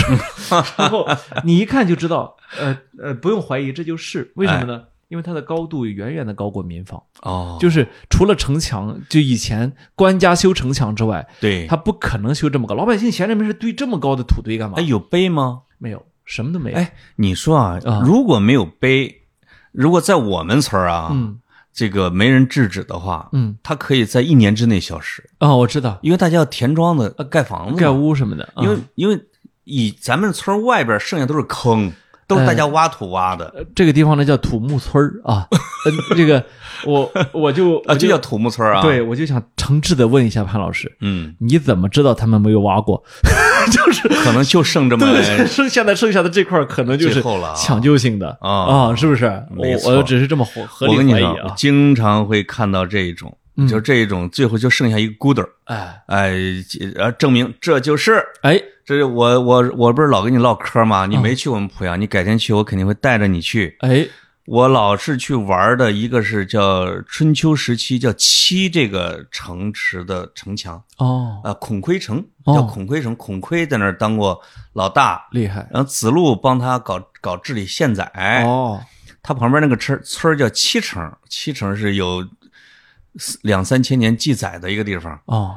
[SPEAKER 1] 然后你一看就知道，呃呃，不用怀疑，这就是为什么
[SPEAKER 2] 哎
[SPEAKER 1] 呢？因为它的高度远远的高过民房，
[SPEAKER 2] 哦，
[SPEAKER 1] 就是除了城墙，就以前官家修城墙之外，
[SPEAKER 2] 对，
[SPEAKER 1] 他不可能修这么高。老百姓闲着没事堆这么高的土堆干嘛
[SPEAKER 2] 哎？有碑吗？
[SPEAKER 1] 没有，什么都没有。
[SPEAKER 2] 哎，你说啊
[SPEAKER 1] 啊，
[SPEAKER 2] 如果没有碑，如果在我们村儿啊，
[SPEAKER 1] 嗯
[SPEAKER 2] 这个没人制止的话，
[SPEAKER 1] 嗯，
[SPEAKER 2] 它可以在一年之内消失，
[SPEAKER 1] 哦，我知道，
[SPEAKER 2] 因为大家要填庄子、呃盖房子嘛，
[SPEAKER 1] 盖屋什么的，
[SPEAKER 2] 因为
[SPEAKER 1] 嗯
[SPEAKER 2] 因为以咱们村儿外边儿剩下都是坑，都是大家挖土挖的
[SPEAKER 1] 哎
[SPEAKER 2] 啊
[SPEAKER 1] 呃这个地方呢叫土木村儿啊。呃这 个我我就
[SPEAKER 2] 啊，
[SPEAKER 1] 我
[SPEAKER 2] 就
[SPEAKER 1] 就
[SPEAKER 2] 叫土木村儿啊。
[SPEAKER 1] 对，，我就想诚挚的问一下潘老师，
[SPEAKER 2] 嗯，
[SPEAKER 1] 你怎么知道他们没有挖过？就是
[SPEAKER 2] 可能就剩这么
[SPEAKER 1] 对， 剩现在剩下的这块儿可能就是
[SPEAKER 2] 最后了啊
[SPEAKER 1] 抢救性的
[SPEAKER 2] 啊
[SPEAKER 1] 是不是？我
[SPEAKER 2] 没错
[SPEAKER 1] 我只是这么合合
[SPEAKER 2] 我跟
[SPEAKER 1] 理
[SPEAKER 2] 你
[SPEAKER 1] 怀疑
[SPEAKER 2] 说，我
[SPEAKER 1] 啊。
[SPEAKER 2] 经常会看到这一种，
[SPEAKER 1] 嗯
[SPEAKER 2] 就这一种，最后就剩下一个孤儿，
[SPEAKER 1] 哎
[SPEAKER 2] 哎，呃，证明这就是。
[SPEAKER 1] 哎，
[SPEAKER 2] 这是我我我不是老跟你唠嗑吗？你
[SPEAKER 1] 嗯
[SPEAKER 2] 没去我们濮阳，你改天去，我肯定会带着你去。
[SPEAKER 1] 哎，
[SPEAKER 2] 我老是去玩的一个是叫春秋时期叫七这个城池的城墙，
[SPEAKER 1] 哦，
[SPEAKER 2] 啊，孔亏城
[SPEAKER 1] 哦
[SPEAKER 2] 叫孔亏城，孔亏在那儿当过老大，
[SPEAKER 1] 厉害
[SPEAKER 2] 然后子路帮他搞搞治理县宰，
[SPEAKER 1] 哦，
[SPEAKER 2] 他旁边那个村村儿叫七城，七城是有四两三千年记载的一个地方。
[SPEAKER 1] 哦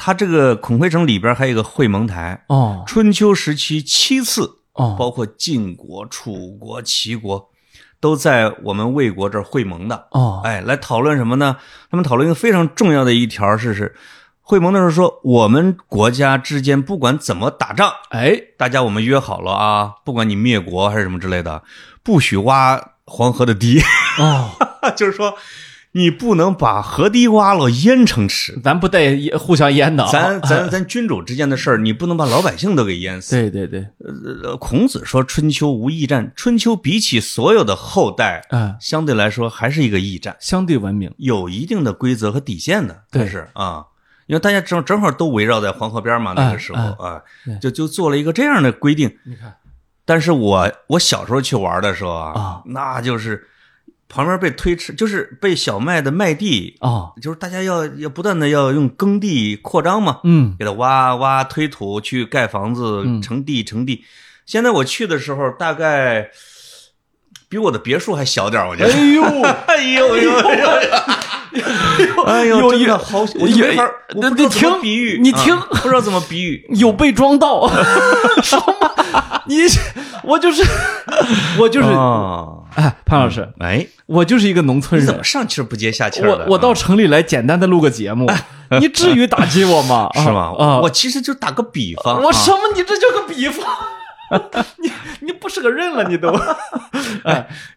[SPEAKER 2] 他这个孔亏城里边还有一个会盟台，
[SPEAKER 1] 哦
[SPEAKER 2] 春秋时期七次，
[SPEAKER 1] 哦
[SPEAKER 2] 包括晋国、楚国、齐国，都在我们魏国这儿会盟的。
[SPEAKER 1] 哦，
[SPEAKER 2] 哎，来讨论什么呢？他们讨论一个非常重要的一条是是，会盟的时候说，我们国家之间不管怎么打仗，
[SPEAKER 1] 哎，
[SPEAKER 2] 大家我们约好了啊，不管你灭国还是什么之类的，不许挖黄河的堤，
[SPEAKER 1] 哦，
[SPEAKER 2] 就是说你不能把河堤挖了淹城池。
[SPEAKER 1] 咱不带也互相淹的啊，
[SPEAKER 2] 咱咱咱君主之间的事儿，你不能把老百姓都给淹死。
[SPEAKER 1] 对对对，
[SPEAKER 2] 呃孔子说春秋无义战，春秋比起所有的后代，
[SPEAKER 1] 嗯，
[SPEAKER 2] 相对来说还是一个义战。
[SPEAKER 1] 相对文明，
[SPEAKER 2] 有一定的规则和底线的，
[SPEAKER 1] 对
[SPEAKER 2] 但是啊，因为大家正正好都围绕在黄河边嘛，那个时候
[SPEAKER 1] 哎
[SPEAKER 2] 啊
[SPEAKER 1] 对，
[SPEAKER 2] 就就做了一个这样的规定。
[SPEAKER 1] 你看，
[SPEAKER 2] 但是我我小时候去玩的时候啊，
[SPEAKER 1] 啊
[SPEAKER 2] 那就是旁边被推迟，就是被小麦的麦地，
[SPEAKER 1] 哦，
[SPEAKER 2] 就是大家要要不断的要用耕地扩张嘛，
[SPEAKER 1] 嗯
[SPEAKER 2] 给它挖挖推土去盖房子
[SPEAKER 1] 嗯，
[SPEAKER 2] 成地成地。现在我去的时候，大概比我的别墅还小点儿，我觉
[SPEAKER 1] 哎
[SPEAKER 2] 得。
[SPEAKER 1] 呦，
[SPEAKER 2] 哎 呦哎呦哎呦！哎
[SPEAKER 1] 有
[SPEAKER 2] 呦，真
[SPEAKER 1] 有
[SPEAKER 2] 的好，我就没法儿，
[SPEAKER 1] 有
[SPEAKER 2] 我
[SPEAKER 1] 那
[SPEAKER 2] 不知道
[SPEAKER 1] 你
[SPEAKER 2] 怎么
[SPEAKER 1] 听
[SPEAKER 2] 比喻，
[SPEAKER 1] 你
[SPEAKER 2] 啊
[SPEAKER 1] 听
[SPEAKER 2] 不知道怎么比 喻，
[SPEAKER 1] 有被装到， 什么？你我就是 我就是，
[SPEAKER 2] 啊，
[SPEAKER 1] 哎，潘老师，
[SPEAKER 2] 哎，
[SPEAKER 1] 我就是一个农村
[SPEAKER 2] 你怎么
[SPEAKER 1] 人，
[SPEAKER 2] 上气儿不接下气儿的
[SPEAKER 1] 我我到
[SPEAKER 2] 啊
[SPEAKER 1] 城里来简单的录个节目，你至于打击我吗？
[SPEAKER 2] 是吗？
[SPEAKER 1] 啊，
[SPEAKER 2] 我其实就打个比方，
[SPEAKER 1] 我
[SPEAKER 2] 啊
[SPEAKER 1] 什么？你这就个比方， 你你不是个人了，你都。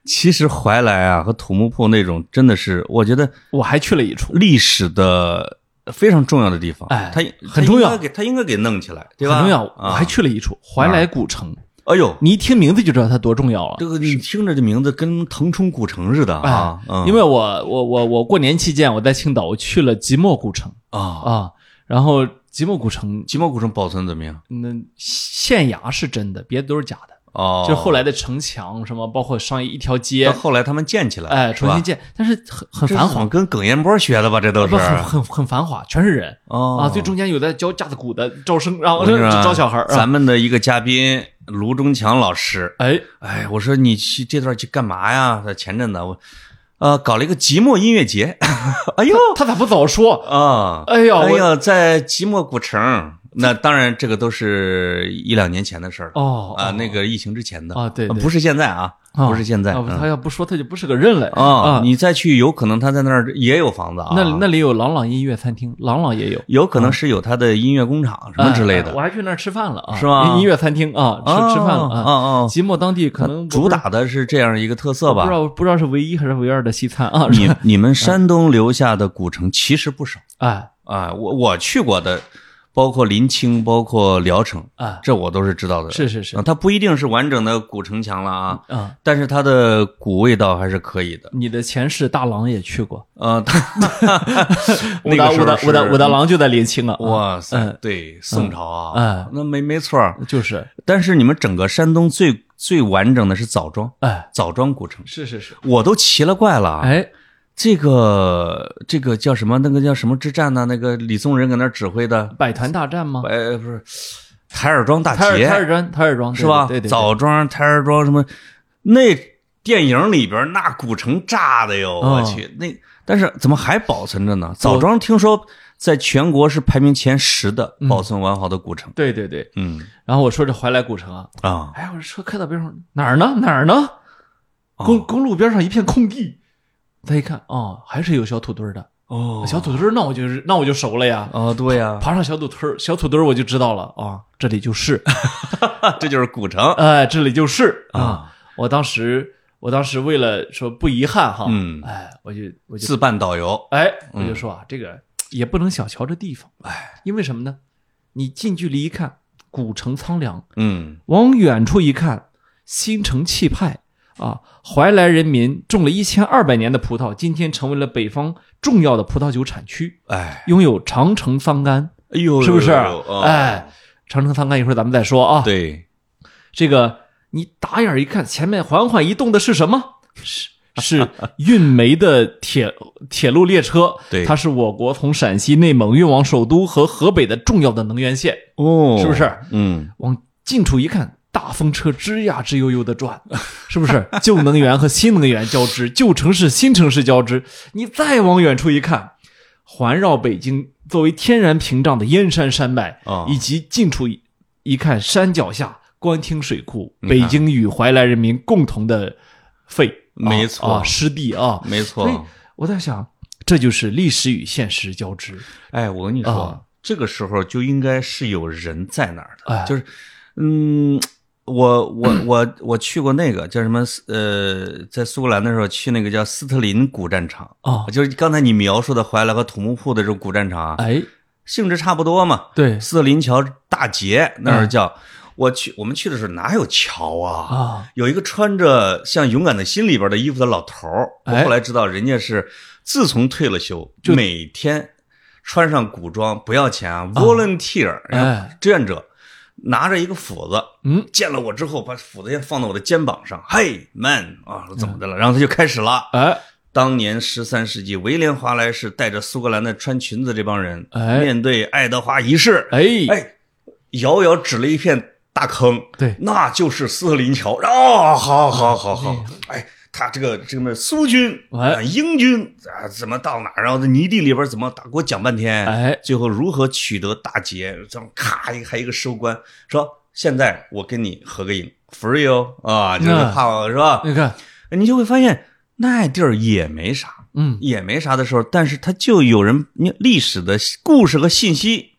[SPEAKER 2] 其实怀来啊和土木堡那种真的是， 我觉得
[SPEAKER 1] 我还去了一处，
[SPEAKER 2] 历史的非常重要的地方，
[SPEAKER 1] 哎
[SPEAKER 2] 它
[SPEAKER 1] 很重要
[SPEAKER 2] 它应该给它应该给弄起来，对吧？
[SPEAKER 1] 很重要，我
[SPEAKER 2] 啊
[SPEAKER 1] 还去了一处怀来古城。
[SPEAKER 2] 哎呦，
[SPEAKER 1] 你一听名字就知道它多重要了。
[SPEAKER 2] 这个你听着这名字跟腾冲古城似的
[SPEAKER 1] 哎
[SPEAKER 2] 啊，嗯
[SPEAKER 1] 因为我我我我过年期间我在青岛，我去了即墨古城
[SPEAKER 2] 啊，
[SPEAKER 1] 啊，然后即墨古城
[SPEAKER 2] 即墨古城保存怎么样？
[SPEAKER 1] 那县衙是真的，别的都是假的。
[SPEAKER 2] 哦，
[SPEAKER 1] 就后来的城墙什么，包括上一条街
[SPEAKER 2] 到，后来他们建起来，
[SPEAKER 1] 哎，
[SPEAKER 2] 是
[SPEAKER 1] 重
[SPEAKER 2] 吧
[SPEAKER 1] 新建，但是很很
[SPEAKER 2] 这
[SPEAKER 1] 繁
[SPEAKER 2] 是
[SPEAKER 1] 华，啊
[SPEAKER 2] 跟耿彦波学的吧？这都是
[SPEAKER 1] 不很很很繁华，全是人
[SPEAKER 2] 哦
[SPEAKER 1] 啊。最中间有的教架子鼓的招生，然后
[SPEAKER 2] 我跟你说啊
[SPEAKER 1] 招小孩儿啊，
[SPEAKER 2] 咱们的一个嘉宾卢中强老师，
[SPEAKER 1] 哎，
[SPEAKER 2] 哎，我说你去这段去干嘛呀？他前阵子我，呃，搞了一个即墨音乐节， 哎呦
[SPEAKER 1] 他咋不早说？
[SPEAKER 2] 啊，
[SPEAKER 1] 哎呦，
[SPEAKER 2] 哎
[SPEAKER 1] 我
[SPEAKER 2] 呦，在即墨古城。那当然，这个都是一两年前的事儿了
[SPEAKER 1] 哦
[SPEAKER 2] 啊，
[SPEAKER 1] 哦
[SPEAKER 2] 那个疫情之前的
[SPEAKER 1] 啊对对
[SPEAKER 2] 不是现在啊，
[SPEAKER 1] 啊
[SPEAKER 2] 不是现在
[SPEAKER 1] 啊不
[SPEAKER 2] 嗯
[SPEAKER 1] 他要不说他就不是个人了
[SPEAKER 2] 啊，你再去有可能他在那儿也有房子啊，
[SPEAKER 1] 那那里有朗朗音乐餐厅，朗朗也有
[SPEAKER 2] 有可能是有他的音乐工厂什么之
[SPEAKER 1] 嗯
[SPEAKER 2] 类
[SPEAKER 1] 哎
[SPEAKER 2] 的
[SPEAKER 1] 哎我还去那儿吃饭了啊，
[SPEAKER 2] 是吗
[SPEAKER 1] 音乐餐厅啊，吃吃饭了啊。
[SPEAKER 2] 啊
[SPEAKER 1] 即墨当地可能
[SPEAKER 2] 主打的是这样一个特色
[SPEAKER 1] 不
[SPEAKER 2] 吧
[SPEAKER 1] 知？道不知道是唯一还是唯二的西餐啊。
[SPEAKER 2] 你你们山东留下的古城其实不少
[SPEAKER 1] 哎
[SPEAKER 2] 啊，我我去过的，包括临清，包括聊城，
[SPEAKER 1] 哎，
[SPEAKER 2] 这我都是知道的。
[SPEAKER 1] 是是是
[SPEAKER 2] 啊，它不一定是完整的古城墙了啊，
[SPEAKER 1] 啊，
[SPEAKER 2] 但是它的古味道还是可以的。
[SPEAKER 1] 你的前世大郎也去过，
[SPEAKER 2] 呃，
[SPEAKER 1] 武
[SPEAKER 2] 那
[SPEAKER 1] 大
[SPEAKER 2] 个时
[SPEAKER 1] 武
[SPEAKER 2] 候
[SPEAKER 1] 大
[SPEAKER 2] 是嗯
[SPEAKER 1] 武大武大，郎就在临清啊。
[SPEAKER 2] 哇塞
[SPEAKER 1] 嗯，
[SPEAKER 2] 对，宋朝啊
[SPEAKER 1] 嗯，
[SPEAKER 2] 那没没错儿。
[SPEAKER 1] 就是
[SPEAKER 2] 但是你们整个山东最最完整的是枣庄，
[SPEAKER 1] 哎，
[SPEAKER 2] 枣庄古城，
[SPEAKER 1] 是是是，
[SPEAKER 2] 我都奇了怪了啊。
[SPEAKER 1] 哎
[SPEAKER 2] 这个这个叫什么？那个叫什么之战呢？那个李宗仁搁那儿指挥的，
[SPEAKER 1] 百团大战吗？
[SPEAKER 2] 呃，不是台儿庄大
[SPEAKER 1] 台尔
[SPEAKER 2] 捷
[SPEAKER 1] 台尔庄台尔庄
[SPEAKER 2] 是吧？
[SPEAKER 1] 对对对，
[SPEAKER 2] 枣庄、台儿庄什么？那电影里边那古城炸的哟，
[SPEAKER 1] 嗯
[SPEAKER 2] 我去，那但是怎么还保存着呢？枣庄听说在全国是排名前十的
[SPEAKER 1] 嗯
[SPEAKER 2] 保存完好的古城。
[SPEAKER 1] 对对对。
[SPEAKER 2] 嗯
[SPEAKER 1] 然后我说这怀来古城啊，
[SPEAKER 2] 啊，
[SPEAKER 1] 哎，我这车开到边上，哪儿呢？哪儿呢？公
[SPEAKER 2] 哦
[SPEAKER 1] 公路边上一片空地，再一看，哦，还是有小土堆儿的。
[SPEAKER 2] 哦
[SPEAKER 1] 小土堆儿，那我就是那我就熟了呀。
[SPEAKER 2] 哦，对呀，
[SPEAKER 1] 爬上小土堆儿，小土堆儿我就知道了啊，这里 就是，
[SPEAKER 2] 这就是古城
[SPEAKER 1] 哎，这里就是啊。
[SPEAKER 2] 啊，
[SPEAKER 1] 我当时，我当时为了说不遗憾哈，
[SPEAKER 2] 嗯
[SPEAKER 1] 哎，我就我就
[SPEAKER 2] 自办导游。
[SPEAKER 1] 哎，我就说啊，这个也不能小瞧这地方，哎，因为什么呢？你近距离一看，古城苍凉，
[SPEAKER 2] 嗯，
[SPEAKER 1] 往远处一看，新城气派啊！怀来人民种了一千二百年的葡萄，今天成为了北方重要的葡萄酒产区，
[SPEAKER 2] 哎，
[SPEAKER 1] 拥有长城桑干，
[SPEAKER 2] 哎呦，
[SPEAKER 1] 是不是？
[SPEAKER 2] 哎呦，哦
[SPEAKER 1] 哎，长城桑干一会儿咱们再说啊。
[SPEAKER 2] 对。
[SPEAKER 1] 这个你打眼一看，前面缓缓移动的是什么？是。 是运煤的铁铁路列车，
[SPEAKER 2] 对
[SPEAKER 1] 它是我国从陕西、内蒙运往首都和河北的重要的能源线，
[SPEAKER 2] 哦，
[SPEAKER 1] 是不是？
[SPEAKER 2] 嗯，
[SPEAKER 1] 往近处一看，大风车吱呀吱悠悠的转， 是不是？旧能源和新能源交织，旧城市新城市交织。你再往远处一看，环绕北京作为天然屏障的燕山山脉，
[SPEAKER 2] 哦
[SPEAKER 1] 以及近处一一看山脚下官厅水库，
[SPEAKER 2] 你
[SPEAKER 1] 北
[SPEAKER 2] 看
[SPEAKER 1] 京与怀来人民共同的肺，
[SPEAKER 2] 没错
[SPEAKER 1] 啊，啊湿地啊。
[SPEAKER 2] 没
[SPEAKER 1] 所以
[SPEAKER 2] 错。
[SPEAKER 1] 我在想，这就是历史与现实交织。
[SPEAKER 2] 哎，我跟你说，
[SPEAKER 1] 啊
[SPEAKER 2] 这个时候就应该是有人在那儿的，
[SPEAKER 1] 哎
[SPEAKER 2] 就是，嗯，我我我 我去过那个叫什么？呃，在苏格兰的时候去那个叫斯特林古战场，
[SPEAKER 1] 啊，
[SPEAKER 2] 就是刚才你描述的怀来和土木堡的这种古战场啊，
[SPEAKER 1] 哎，
[SPEAKER 2] 性质差不多嘛。
[SPEAKER 1] 对
[SPEAKER 2] 斯特林桥大捷那
[SPEAKER 1] 哎
[SPEAKER 2] 儿叫、我去，我们去的时候哪有桥啊？
[SPEAKER 1] 啊，
[SPEAKER 2] 有一个穿着像《勇敢的心》里边的衣服的老头儿，我
[SPEAKER 1] 哎
[SPEAKER 2] 后来知道人家是自从退了休，
[SPEAKER 1] 就
[SPEAKER 2] 每天穿上古装不要钱啊，volunteer，然后
[SPEAKER 1] 哎
[SPEAKER 2] 志愿者，拿着一个斧子，
[SPEAKER 1] 嗯，
[SPEAKER 2] 见了我之后，把斧子先放到我的肩膀上，嘿，man 啊，怎么的了？然后他就开始了。
[SPEAKER 1] 哎
[SPEAKER 2] 当年十三世纪，威廉·华莱士带着苏格兰的穿裙子这帮人，
[SPEAKER 1] 哎
[SPEAKER 2] 面对爱德华一世，
[SPEAKER 1] 哎，
[SPEAKER 2] 哎，遥遥指了一片大坑，
[SPEAKER 1] 对
[SPEAKER 2] 那就是斯特林桥。哦，好好好好，哎，他这个这个苏军
[SPEAKER 1] 嗯哎
[SPEAKER 2] 啊，英军啊，怎么到哪儿？然后在泥地里边怎么打？给我讲半天。
[SPEAKER 1] 哎
[SPEAKER 2] 最后如何取得大捷？这样咔，一个还一个收官，说现在我跟你合个影，free 哦啊，就是
[SPEAKER 1] 嗯
[SPEAKER 2] 怕我是吧？哎
[SPEAKER 1] 你看，
[SPEAKER 2] 你就会发现那地儿也没啥。
[SPEAKER 1] 嗯，
[SPEAKER 2] 也没啥的时候，但是他就有人你历史的故事和信息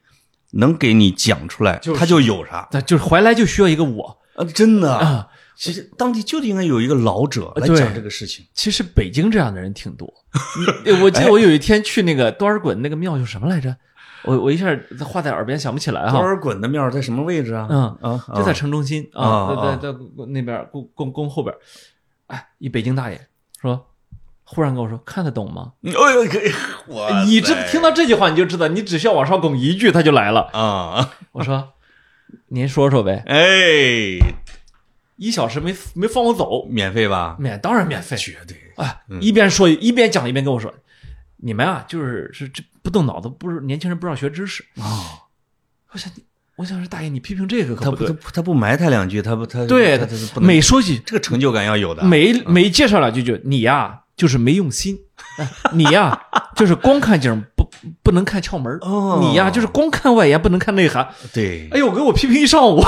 [SPEAKER 2] 能给你讲出来，
[SPEAKER 1] 就是啊
[SPEAKER 2] 他就有啥
[SPEAKER 1] 那就是怀来就需要一个我
[SPEAKER 2] 啊！真的，
[SPEAKER 1] 啊。
[SPEAKER 2] 其实当地就应该有一个老者来
[SPEAKER 1] 对
[SPEAKER 2] 讲这个事情。
[SPEAKER 1] 其实北京这样的人挺 多。你我记得我有一天去那个多尔衮那个庙叫什么来着？我我一下话在耳边想不起来
[SPEAKER 2] 多
[SPEAKER 1] 哈。
[SPEAKER 2] 尔衮的庙在什么位置啊？
[SPEAKER 1] 嗯
[SPEAKER 2] 啊，
[SPEAKER 1] 就在
[SPEAKER 2] 啊
[SPEAKER 1] 城中心
[SPEAKER 2] 啊
[SPEAKER 1] 啊，在在在那边宫宫宫后边。哎，一北京大爷说，忽然跟我说看得懂吗？
[SPEAKER 2] 哎呦，可以，我
[SPEAKER 1] 哎你这听到这句话你就知道，你只需要往上拱一句他就来了。
[SPEAKER 2] 啊，
[SPEAKER 1] 我说，您说说呗，
[SPEAKER 2] 哎，
[SPEAKER 1] 一小时没没放我走，
[SPEAKER 2] 免费吧？
[SPEAKER 1] 免当然免费，
[SPEAKER 2] 绝对
[SPEAKER 1] 啊，一边说一边讲一边跟我说，你们啊，就是是这不动脑子，不是年轻人不知道学知识。
[SPEAKER 2] 啊！
[SPEAKER 1] 我想，我想说大爷，你批评这个可
[SPEAKER 2] 他
[SPEAKER 1] 哦不
[SPEAKER 2] 不
[SPEAKER 1] 对
[SPEAKER 2] 他。不他不埋汰两句，他不他
[SPEAKER 1] 对
[SPEAKER 2] 他他他，不能嗯
[SPEAKER 1] 每说起
[SPEAKER 2] 这个成就感要有的。
[SPEAKER 1] 每每介绍两句就你呀、就是没用心，哎你呀、就是光看景不不能看窍门儿，
[SPEAKER 2] 哦
[SPEAKER 1] 你呀、就是光看外延不能看内涵。
[SPEAKER 2] 对，
[SPEAKER 1] 哎呦，给我批评一上午，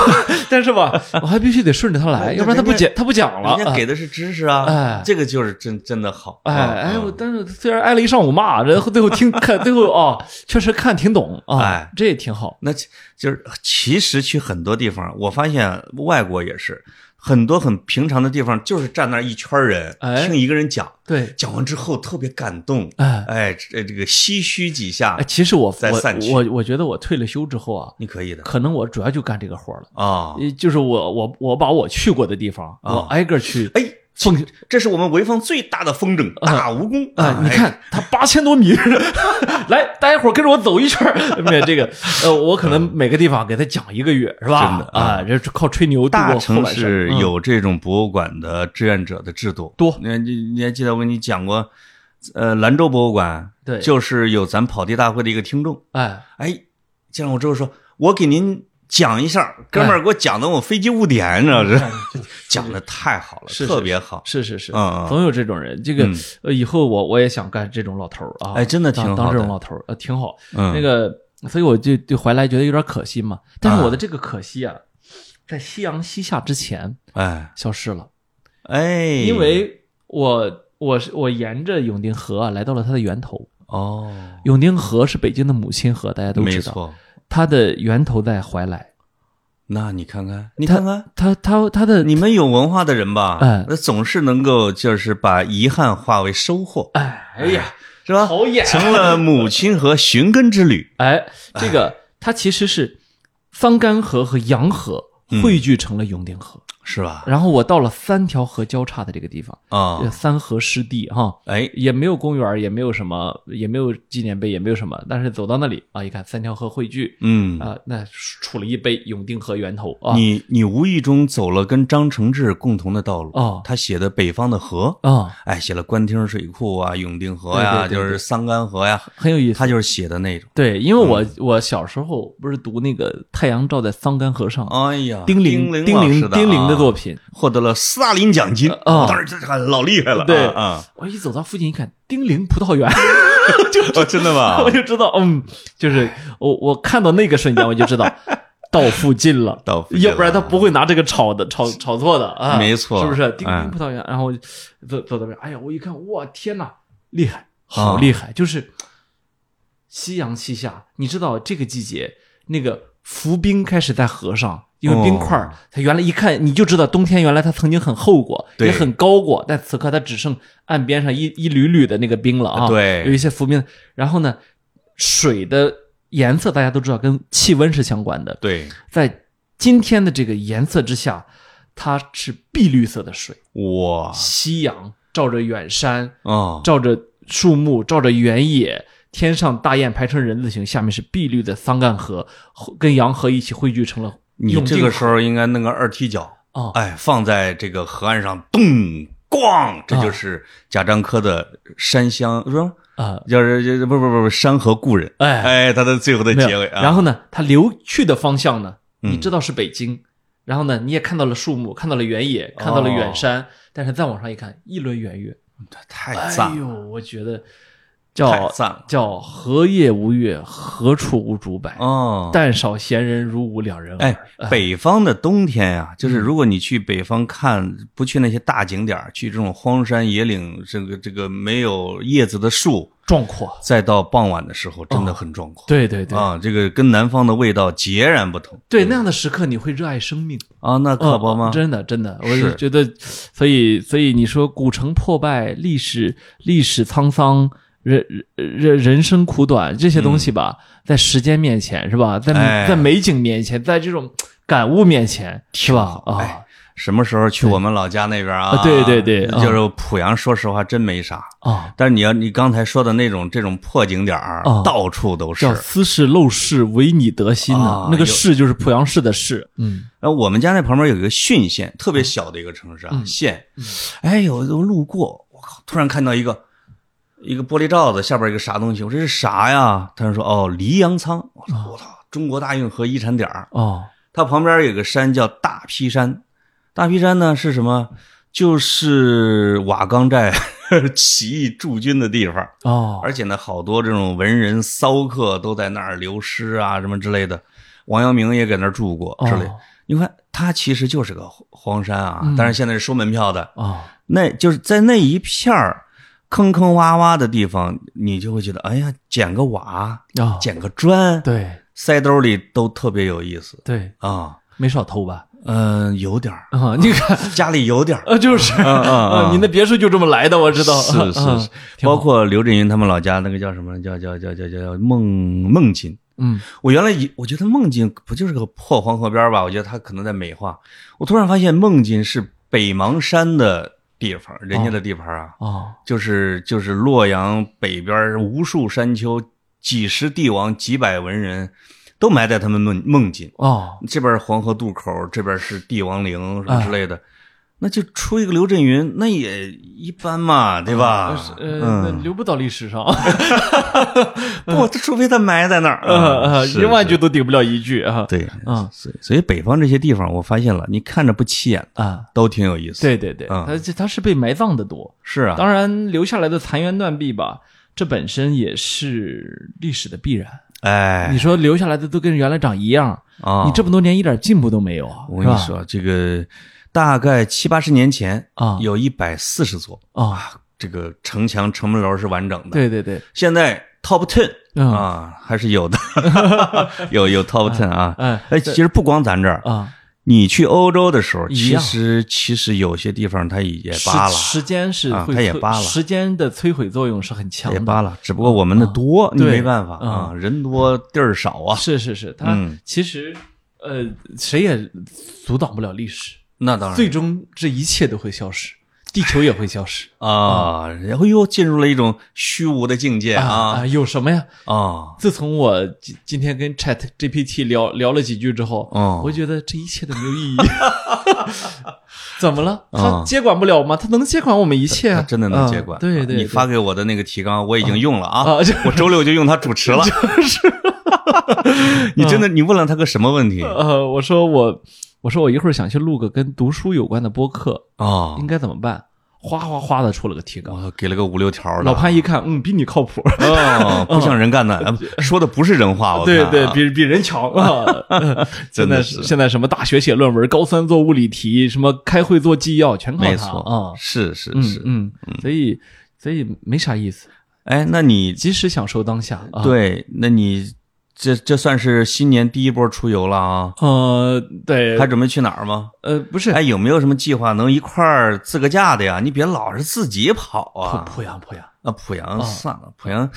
[SPEAKER 1] 但是吧，我还必须得顺着他来，
[SPEAKER 2] 那
[SPEAKER 1] 要不然他不
[SPEAKER 2] 人家
[SPEAKER 1] 讲他不讲了。
[SPEAKER 2] 人家
[SPEAKER 1] 啊
[SPEAKER 2] 给的是知识啊，
[SPEAKER 1] 哎
[SPEAKER 2] 这个就是真真的好。
[SPEAKER 1] 哎
[SPEAKER 2] 啊
[SPEAKER 1] 哎，
[SPEAKER 2] 啊
[SPEAKER 1] 我但是虽然挨了一上午骂，然后最后听 看，最后哦，确实看挺懂啊，
[SPEAKER 2] 哎
[SPEAKER 1] 这也挺好。
[SPEAKER 2] 那其就是其实去很多地方，我发现外国也是很多很平常的地方，就是站那儿一圈人、
[SPEAKER 1] 哎
[SPEAKER 2] 听一个人讲，
[SPEAKER 1] 对，
[SPEAKER 2] 讲完之后特别感动，
[SPEAKER 1] 哎
[SPEAKER 2] 哎，这这个唏嘘几下
[SPEAKER 1] 哎，，其实我
[SPEAKER 2] 再散去
[SPEAKER 1] 我我我觉得我退了休之后啊，
[SPEAKER 2] 你可以的
[SPEAKER 1] 可能我主要就干这个活儿了，
[SPEAKER 2] 啊。
[SPEAKER 1] 呃就是我我我把我去过的地方，
[SPEAKER 2] 啊
[SPEAKER 1] 我挨个去
[SPEAKER 2] 哎，
[SPEAKER 1] 奉
[SPEAKER 2] 这是我们潍坊最大的风筝大蜈蚣哎
[SPEAKER 1] 啊，你，看它八千多米， 来，大家伙儿跟着我走一圈儿。没有这个，呃，我可能每个地方给他讲一个月，是吧？
[SPEAKER 2] 嗯真的
[SPEAKER 1] 啊，这是靠吹牛度
[SPEAKER 2] 大
[SPEAKER 1] 过后
[SPEAKER 2] 城
[SPEAKER 1] 半
[SPEAKER 2] 市
[SPEAKER 1] 生嗯
[SPEAKER 2] 有这种博物馆的志愿者的制度
[SPEAKER 1] 多
[SPEAKER 2] 你看，你你还记得我跟你讲过，呃，兰州博物馆
[SPEAKER 1] 对
[SPEAKER 2] 就是有咱跑题大会的一个听众，
[SPEAKER 1] 哎，
[SPEAKER 2] 哎，见了我之后说，我给您讲一
[SPEAKER 1] 哎
[SPEAKER 2] 下，哥们儿给我讲的我飞机误点，你知道是？ 讲的太好了，
[SPEAKER 1] 嗯是是
[SPEAKER 2] 特别好。
[SPEAKER 1] 是是是，
[SPEAKER 2] 嗯嗯
[SPEAKER 1] 总有这种人。这个
[SPEAKER 2] 嗯
[SPEAKER 1] 呃，以后我我也想干这种老头儿啊，
[SPEAKER 2] 哎真的挺
[SPEAKER 1] 当
[SPEAKER 2] 好
[SPEAKER 1] 当这种
[SPEAKER 2] 的
[SPEAKER 1] 老头儿，呃，挺好。
[SPEAKER 2] 嗯，
[SPEAKER 1] 那个，所以我就就怀来觉得有点可惜嘛。
[SPEAKER 2] 嗯
[SPEAKER 1] 但是我的这个可惜啊，在夕阳西下之前
[SPEAKER 2] 哎
[SPEAKER 1] 消失了，
[SPEAKER 2] 哎，
[SPEAKER 1] 因为我我是我沿着永定河啊来到了它的源头。
[SPEAKER 2] 哦，
[SPEAKER 1] 永定河是北京的母亲河，大家都
[SPEAKER 2] 没
[SPEAKER 1] 知道，
[SPEAKER 2] 错，
[SPEAKER 1] 它的源头在怀来。
[SPEAKER 2] 那你看看，你看看。
[SPEAKER 1] 它它它的
[SPEAKER 2] 你们有文化的人吧？
[SPEAKER 1] 哎
[SPEAKER 2] 那总是能够就是把遗憾化为收获，
[SPEAKER 1] 哎呀，
[SPEAKER 2] 是吧？
[SPEAKER 1] 好啊眼
[SPEAKER 2] 成了母亲河寻根之旅。
[SPEAKER 1] 哎，这个它其实是桑干河和洋河
[SPEAKER 2] 嗯
[SPEAKER 1] 汇聚成了永定河，
[SPEAKER 2] 是吧？
[SPEAKER 1] 然后我到了三条河交叉的这个地方，
[SPEAKER 2] 啊、
[SPEAKER 1] 呃三河湿地哈，
[SPEAKER 2] 哎，
[SPEAKER 1] 也没有公园，也没有什么，也没有纪念碑，也没有什么，但是走到那里啊，一看三条河汇聚
[SPEAKER 2] 嗯，
[SPEAKER 1] 啊、那杵了一杯永定河源头啊，
[SPEAKER 2] 你你无意中走了跟张承志共同的道路。
[SPEAKER 1] 哦
[SPEAKER 2] 他写的《北方的河》
[SPEAKER 1] 啊、
[SPEAKER 2] 哎，写了官厅水库啊、永定河
[SPEAKER 1] 对
[SPEAKER 2] 呀、
[SPEAKER 1] 对对
[SPEAKER 2] 就是桑干河呀，
[SPEAKER 1] 很有意思。
[SPEAKER 2] 他就是写的那种。
[SPEAKER 1] 对，因为我、
[SPEAKER 2] 嗯
[SPEAKER 1] 我小时候不是读那个《太阳照在桑干河上》
[SPEAKER 2] 哎呀，
[SPEAKER 1] 丁
[SPEAKER 2] 玲，
[SPEAKER 1] 玲
[SPEAKER 2] 丁
[SPEAKER 1] 丁玲丁玲的作
[SPEAKER 2] 品
[SPEAKER 1] 品，
[SPEAKER 2] 获得了斯大林奖金，
[SPEAKER 1] 啊
[SPEAKER 2] 当时这还老厉害了。
[SPEAKER 1] 对
[SPEAKER 2] 啊，
[SPEAKER 1] 我一走到附近一看，丁玲葡萄园。
[SPEAKER 2] 啊哦，真 的
[SPEAKER 1] 我
[SPEAKER 2] 吗？
[SPEAKER 1] 就知道，嗯，就是我我看到那个瞬间，我就知 道到附近了，
[SPEAKER 2] 到附近了
[SPEAKER 1] 要不然他不会拿这个炒的炒炒错的啊，
[SPEAKER 2] 没错
[SPEAKER 1] 是不是？丁
[SPEAKER 2] 哎
[SPEAKER 1] 丁葡萄园，然后我就走走到这儿，哎呀，我一看，哇，天哪，厉害，好
[SPEAKER 2] 啊
[SPEAKER 1] 厉害，就是夕阳西下，你知道这个季节那个浮冰开始在河上。因为冰
[SPEAKER 2] 哦
[SPEAKER 1] 块儿，它原来一看你就知道，冬天原来它曾经很厚过，
[SPEAKER 2] 对
[SPEAKER 1] 也很高过，但此刻它只剩岸边上一一缕缕的那个冰了啊。
[SPEAKER 2] 对
[SPEAKER 1] 有一些浮冰。然后呢，水的颜色大家都知道跟气温是相关的，
[SPEAKER 2] 对，
[SPEAKER 1] 在今天的这个颜色之下，它是碧绿色的水，
[SPEAKER 2] 啊哇
[SPEAKER 1] 夕阳照着远山，
[SPEAKER 2] 啊，
[SPEAKER 1] 照着树木，照着原野。天上大雁排成人字形，下面是碧绿的桑干河，跟洋河一起汇聚成了
[SPEAKER 2] 你这个时候应该弄个二踢脚，
[SPEAKER 1] 哦
[SPEAKER 2] 哎，放在这个河岸上，咚咣，这就是贾樟柯的《山乡》不是。
[SPEAKER 1] 啊，
[SPEAKER 2] 就是就是不不不不，山河故人，
[SPEAKER 1] 哎
[SPEAKER 2] 哎，他的最后的
[SPEAKER 1] 没有
[SPEAKER 2] 结尾啊，
[SPEAKER 1] 然后呢，它流去的方向呢，
[SPEAKER 2] 嗯
[SPEAKER 1] 你知道是北京，然后呢，你也看到了树木，看到了原野，
[SPEAKER 2] 哦
[SPEAKER 1] 看到了远山，但是再往上一看，一轮圆月，
[SPEAKER 2] 太
[SPEAKER 1] 哎
[SPEAKER 2] 赞
[SPEAKER 1] 呦
[SPEAKER 2] 了，，
[SPEAKER 1] 我觉得
[SPEAKER 2] 太
[SPEAKER 1] 叫
[SPEAKER 2] 赞了，
[SPEAKER 1] 叫何夜无月，何处无竹柏，
[SPEAKER 2] 哦，
[SPEAKER 1] 但少闲人如吾两人
[SPEAKER 2] 哎
[SPEAKER 1] 耳。，
[SPEAKER 2] 北方的冬天呀、
[SPEAKER 1] 嗯
[SPEAKER 2] 就是如果你去北方看，不去那些大景点儿，去这种荒山野岭，这个这个没有叶子的树，
[SPEAKER 1] 壮阔，
[SPEAKER 2] 再到傍晚的时候，真的很壮阔。
[SPEAKER 1] 哦对对对，
[SPEAKER 2] 啊，这个跟南方的味道截然不同
[SPEAKER 1] 对那样的时刻你会热爱生命。
[SPEAKER 2] 啊，那可不吗
[SPEAKER 1] 嗯？真的，真的，我
[SPEAKER 2] 是
[SPEAKER 1] 就觉得，所以，所以你说古城破败，历史历史沧桑，人人人生苦短这些东西吧，在时间面前是吧？在、
[SPEAKER 2] 嗯哎
[SPEAKER 1] 在美景面前，在这种感悟面前是吧？啊、
[SPEAKER 2] 哎什么时候去我们老家那边啊？
[SPEAKER 1] 啊对对对啊
[SPEAKER 2] 就是濮阳，说实话真没啥。
[SPEAKER 1] 啊，
[SPEAKER 2] 但是你要你刚才说的那种这种破景点儿
[SPEAKER 1] 啊，
[SPEAKER 2] 到处都是
[SPEAKER 1] 叫。斯是陋室，唯你德馨呐、
[SPEAKER 2] 啊
[SPEAKER 1] 那
[SPEAKER 2] 有
[SPEAKER 1] 个市就是濮阳市的市，嗯
[SPEAKER 2] 然后我们家那旁边有一个浚县，特别小的一个城市啊，
[SPEAKER 1] 嗯
[SPEAKER 2] 县。哎呦，我路过，我靠，突然看到一个一个玻璃罩子下边一个啥东西，我说这是啥呀？他说哦，黎阳仓。我说我操，中国大运河遗产点儿。
[SPEAKER 1] 哦
[SPEAKER 2] 它旁边有个山叫大劈山，大劈山呢是什么？就是瓦岗寨 起义驻军的地方。
[SPEAKER 1] 哦
[SPEAKER 2] 而且呢，好多这种文人骚客都在那儿流失啊，什么之类的。王阳明也在那儿住过之类的
[SPEAKER 1] 哦
[SPEAKER 2] 你看，它其实就是个荒山啊，
[SPEAKER 1] 嗯
[SPEAKER 2] 但是现在是收门票的。
[SPEAKER 1] 哦，
[SPEAKER 2] 那就是在那一片儿坑坑洼洼的地方，你就会觉得，哎呀，捡个瓦，
[SPEAKER 1] 哦
[SPEAKER 2] 捡个砖，
[SPEAKER 1] 对
[SPEAKER 2] 塞兜里都特别有意思
[SPEAKER 1] 对，
[SPEAKER 2] 啊。
[SPEAKER 1] 没少偷吧？
[SPEAKER 2] 嗯、有点儿，
[SPEAKER 1] 啊、你看，
[SPEAKER 2] 家里 有点儿。
[SPEAKER 1] 呃，就是，
[SPEAKER 2] 啊
[SPEAKER 1] 啊，您的别墅就这么来的，我知道。
[SPEAKER 2] 是 是是
[SPEAKER 1] 啊，
[SPEAKER 2] 包括刘震云他们老家那个叫什么？叫叫叫叫叫叫孟孟津。
[SPEAKER 1] 嗯，
[SPEAKER 2] 我原来以我觉得孟津不就是个破黄河边儿吧？我觉得它可能在美化。我突然发现孟津是北邙山的地方，人家的地盘啊，
[SPEAKER 1] 哦，
[SPEAKER 2] 就是就是洛阳北边儿无数山丘，几十帝王，几百文人，都埋在他们孟孟津。
[SPEAKER 1] 哦，
[SPEAKER 2] 这边儿黄河渡口，这边儿是帝王陵
[SPEAKER 1] 啊
[SPEAKER 2] 什么之类的，那就出一个刘震云，那也一般嘛，对吧？
[SPEAKER 1] 呃，那
[SPEAKER 2] 嗯，
[SPEAKER 1] 留不到历史上，
[SPEAKER 2] 不，他除非他埋在那儿，
[SPEAKER 1] 呃
[SPEAKER 2] 嗯是
[SPEAKER 1] 一万
[SPEAKER 2] 是
[SPEAKER 1] 句都顶不了一句啊。
[SPEAKER 2] 对，
[SPEAKER 1] 嗯
[SPEAKER 2] 所以所以北方这些地方，我发现了，你看着不起眼，
[SPEAKER 1] 啊，
[SPEAKER 2] 都挺有意思。，
[SPEAKER 1] 对对对，
[SPEAKER 2] 嗯
[SPEAKER 1] 它它是被埋葬的多，
[SPEAKER 2] 是啊，
[SPEAKER 1] 当然留下来的残垣断壁吧，这本身也是历史的必然。
[SPEAKER 2] 哎
[SPEAKER 1] 你，说留下来的都跟原来长一样，
[SPEAKER 2] 啊，
[SPEAKER 1] 你这么多年一点进步都没有啊，
[SPEAKER 2] 我跟你
[SPEAKER 1] 是吧，
[SPEAKER 2] 说，这个大概七八十年前
[SPEAKER 1] 啊
[SPEAKER 2] 有一百四十座
[SPEAKER 1] 啊，
[SPEAKER 2] 这个城墙、城门楼是完整的。，
[SPEAKER 1] 对对对，
[SPEAKER 2] 现在 Top Ten
[SPEAKER 1] 嗯
[SPEAKER 2] 啊，还是 有的，有有 Top Ten 啊。
[SPEAKER 1] 哎
[SPEAKER 2] 哎，其实不光咱这儿，
[SPEAKER 1] 啊，
[SPEAKER 2] 你去欧洲的时候，
[SPEAKER 1] 一
[SPEAKER 2] 其
[SPEAKER 1] 样
[SPEAKER 2] 实其实有些地方它也
[SPEAKER 1] 时
[SPEAKER 2] 扒了。
[SPEAKER 1] 时间是
[SPEAKER 2] 啊
[SPEAKER 1] 会
[SPEAKER 2] 它也
[SPEAKER 1] 摧
[SPEAKER 2] 扒了
[SPEAKER 1] 时间的摧毁作用是很强
[SPEAKER 2] 也
[SPEAKER 1] 的，啊
[SPEAKER 2] 扒了，只不过我们的多，你
[SPEAKER 1] 对
[SPEAKER 2] 没办法啊，人多地儿少啊，
[SPEAKER 1] 是是是，他
[SPEAKER 2] 嗯
[SPEAKER 1] 其实、呃，谁也阻挡不了历史，
[SPEAKER 2] 那当然
[SPEAKER 1] 最终这一切都会消 失，地球也会消失
[SPEAKER 2] 啊，然后又进入了一种虚无的境界 啊
[SPEAKER 1] 啊！有什么呀？
[SPEAKER 2] 啊！
[SPEAKER 1] 自从我今今天跟 Chat GPT 聊聊了几句之后，
[SPEAKER 2] 哦
[SPEAKER 1] 我觉得这一切都没有 意义。怎么了？
[SPEAKER 2] 啊
[SPEAKER 1] 他接管不了吗？他能接管我们一切啊、
[SPEAKER 2] 他真的能接管，
[SPEAKER 1] 啊对对对，
[SPEAKER 2] 你发给我的那个提纲我已经用了啊
[SPEAKER 1] 啊就，
[SPEAKER 2] 我周六就用它 主持了。 你真
[SPEAKER 1] 啊
[SPEAKER 2] 的，你问了他个什么问题啊
[SPEAKER 1] 呃，我说我我说我一会儿想去录个跟读书有关的播客，？应该怎么办？哗哗哗的出了个提纲。
[SPEAKER 2] 啊我给了个五六条的
[SPEAKER 1] 老潘一看，嗯，比你靠谱。
[SPEAKER 2] 哦，不像人干的，哎说的不是人话，我看
[SPEAKER 1] 对
[SPEAKER 2] 啊
[SPEAKER 1] 对，比比人强 啊！
[SPEAKER 2] 真
[SPEAKER 1] 现
[SPEAKER 2] 的
[SPEAKER 1] 在
[SPEAKER 2] 是
[SPEAKER 1] 现在什么大学写论文，高三做物理题，什么开会做纪要，全靠他
[SPEAKER 2] 没错
[SPEAKER 1] 啊！
[SPEAKER 2] 是是
[SPEAKER 1] 嗯
[SPEAKER 2] 是，
[SPEAKER 1] 嗯，所以所以没啥意思，
[SPEAKER 2] 哎，那你
[SPEAKER 1] 及时享受当下啊！，
[SPEAKER 2] 对，那你这这算是新年第一波出游了啊？
[SPEAKER 1] 呃，对
[SPEAKER 2] 还，准备去哪儿吗？
[SPEAKER 1] 呃，不是
[SPEAKER 2] 哎，有没有什么计划能一块儿自个驾的呀？你别老是自己跑
[SPEAKER 1] 濮
[SPEAKER 2] 啊！
[SPEAKER 1] 濮阳濮阳，
[SPEAKER 2] 啊，濮
[SPEAKER 1] 嗯
[SPEAKER 2] 阳算了，濮阳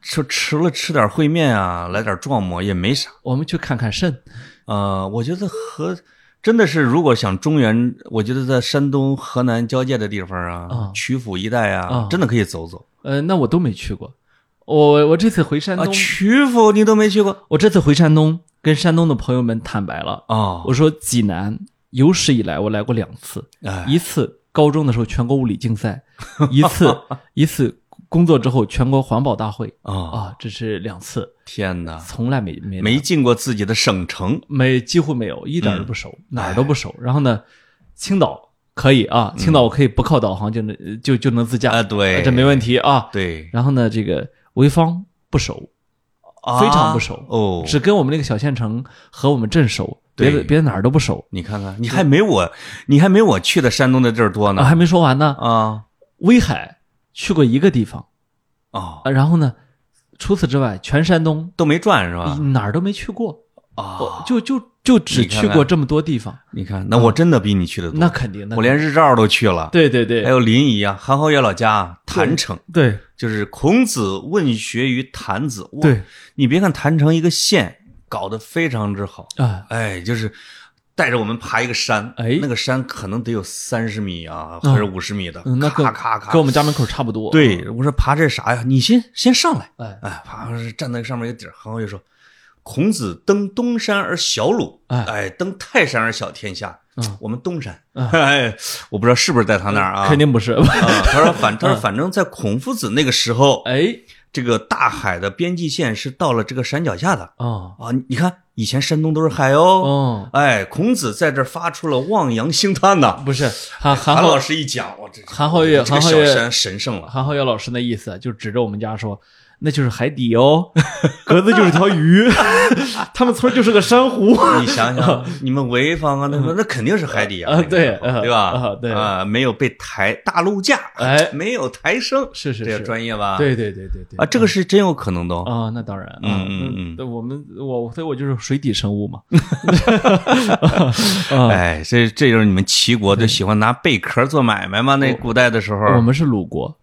[SPEAKER 2] 吃吃了吃点烩面啊，来点壮馍也没啥。
[SPEAKER 1] 我们去看看肾
[SPEAKER 2] 呃，我觉得和真的是，如果想中原，我觉得在山东、河南交界的地方啊
[SPEAKER 1] 啊，
[SPEAKER 2] 曲阜一带啊
[SPEAKER 1] 啊，
[SPEAKER 2] 真的可以走走
[SPEAKER 1] 呃，那我都没去过，我我这次回山
[SPEAKER 2] 啊。
[SPEAKER 1] 东，
[SPEAKER 2] 曲阜你都没去过
[SPEAKER 1] 我这次回山东跟山东的朋友们坦白了，
[SPEAKER 2] 啊，
[SPEAKER 1] 我说济南有史以来我来过两次，
[SPEAKER 2] 哎，
[SPEAKER 1] 一次高中的时候全国物理竞 赛，一次一次工作之后全国环保大会
[SPEAKER 2] 啊，
[SPEAKER 1] 啊，这是两次，
[SPEAKER 2] 天哪，
[SPEAKER 1] 从来没没
[SPEAKER 2] 没嗯进过自己的省城，
[SPEAKER 1] 没几乎没有，一点都不熟，哪儿都不熟。然后呢，青岛可以啊，青岛我可以不靠导航就能、就就能自驾，
[SPEAKER 2] 啊嗯对
[SPEAKER 1] 这没问题啊。
[SPEAKER 2] 对，
[SPEAKER 1] 然后呢，这个潍坊不熟，
[SPEAKER 2] 啊
[SPEAKER 1] 非常不熟
[SPEAKER 2] 哦。
[SPEAKER 1] 只跟我们那个小县城和我们镇熟，
[SPEAKER 2] 对
[SPEAKER 1] 别的别的哪儿都不熟
[SPEAKER 2] 你看看，你还没我，你还没我去的山东的地儿多
[SPEAKER 1] 啊。
[SPEAKER 2] 呢
[SPEAKER 1] 还没说完呢，
[SPEAKER 2] 啊
[SPEAKER 1] 威海去过一个地方，
[SPEAKER 2] 啊，
[SPEAKER 1] 啊然后呢，除此之外，全山东
[SPEAKER 2] 都没转是吧？
[SPEAKER 1] 哪儿都没去过，
[SPEAKER 2] 啊，
[SPEAKER 1] 嗯就就就只
[SPEAKER 2] 你看
[SPEAKER 1] 去
[SPEAKER 2] 看
[SPEAKER 1] 过这么多地方，
[SPEAKER 2] 你看，那我真的比你去的多，
[SPEAKER 1] 那肯定的。
[SPEAKER 2] 我连日照都去了，
[SPEAKER 1] 对对对，
[SPEAKER 2] 还有临沂啊，韩浩月老家，郯城，
[SPEAKER 1] 对
[SPEAKER 2] 就是孔子问学于郯子。哇
[SPEAKER 1] 对，
[SPEAKER 2] 你别看郯城一个县搞得非常之好，
[SPEAKER 1] 啊，
[SPEAKER 2] 哎，就是带着我们爬一个山，
[SPEAKER 1] 哎
[SPEAKER 2] 那个山可能得有三十米啊，
[SPEAKER 1] 嗯
[SPEAKER 2] 还是五十米的，
[SPEAKER 1] 嗯那跟
[SPEAKER 2] 咔咔咔，
[SPEAKER 1] 跟我们家门口差不多。，
[SPEAKER 2] 对，我说爬这啥呀？你先先上来，
[SPEAKER 1] 哎
[SPEAKER 2] 哎，爬站在上面一个底儿，韩浩月说：“孔子登东山而小鲁，
[SPEAKER 1] 哎
[SPEAKER 2] 哎，登泰山而小天下。
[SPEAKER 1] 嗯
[SPEAKER 2] 我们东山，
[SPEAKER 1] 嗯
[SPEAKER 2] 哎，我不知道是不是在他那儿啊？
[SPEAKER 1] 肯。定不是。
[SPEAKER 2] 啊，他 说反，他说反正，在孔夫子那个时候，
[SPEAKER 1] 哎，
[SPEAKER 2] 这个大海的边际线是到了这个山脚下的
[SPEAKER 1] 哦
[SPEAKER 2] 啊。你看，以前山东都是海哦。
[SPEAKER 1] 哦，
[SPEAKER 2] 哎，孔子在这儿发出了望洋兴叹呐。
[SPEAKER 1] 不是韩韩
[SPEAKER 2] 韩
[SPEAKER 1] 浩
[SPEAKER 2] 老师一讲，我这
[SPEAKER 1] 韩浩月
[SPEAKER 2] 这个
[SPEAKER 1] 韩浩
[SPEAKER 2] 小
[SPEAKER 1] 月
[SPEAKER 2] 山神圣了。
[SPEAKER 1] 韩浩月老师那意思啊，就指着我们家说。那就是海底哦， 格子就是条鱼， 他们村就是个珊瑚。
[SPEAKER 2] 你想想，你们潍坊啊，那个那肯定是海底
[SPEAKER 1] 嗯啊
[SPEAKER 2] 啊，那个
[SPEAKER 1] 对
[SPEAKER 2] 时候
[SPEAKER 1] 啊
[SPEAKER 2] 对吧？
[SPEAKER 1] 啊对
[SPEAKER 2] 啊，没有被抬大陆架，
[SPEAKER 1] 哎
[SPEAKER 2] 没有抬升，
[SPEAKER 1] 是是
[SPEAKER 2] 这个
[SPEAKER 1] 是，
[SPEAKER 2] 专业吧？
[SPEAKER 1] 对对对对对
[SPEAKER 2] 啊，这个是真有可能的哦。
[SPEAKER 1] 啊，那当然啊，
[SPEAKER 2] 嗯嗯嗯
[SPEAKER 1] 那我们我所以我就是水底生物 嘛， 啊
[SPEAKER 2] 哎，这这就是你们齐国就喜欢拿贝壳做买卖嘛？那古代的时候，
[SPEAKER 1] 我们是鲁国，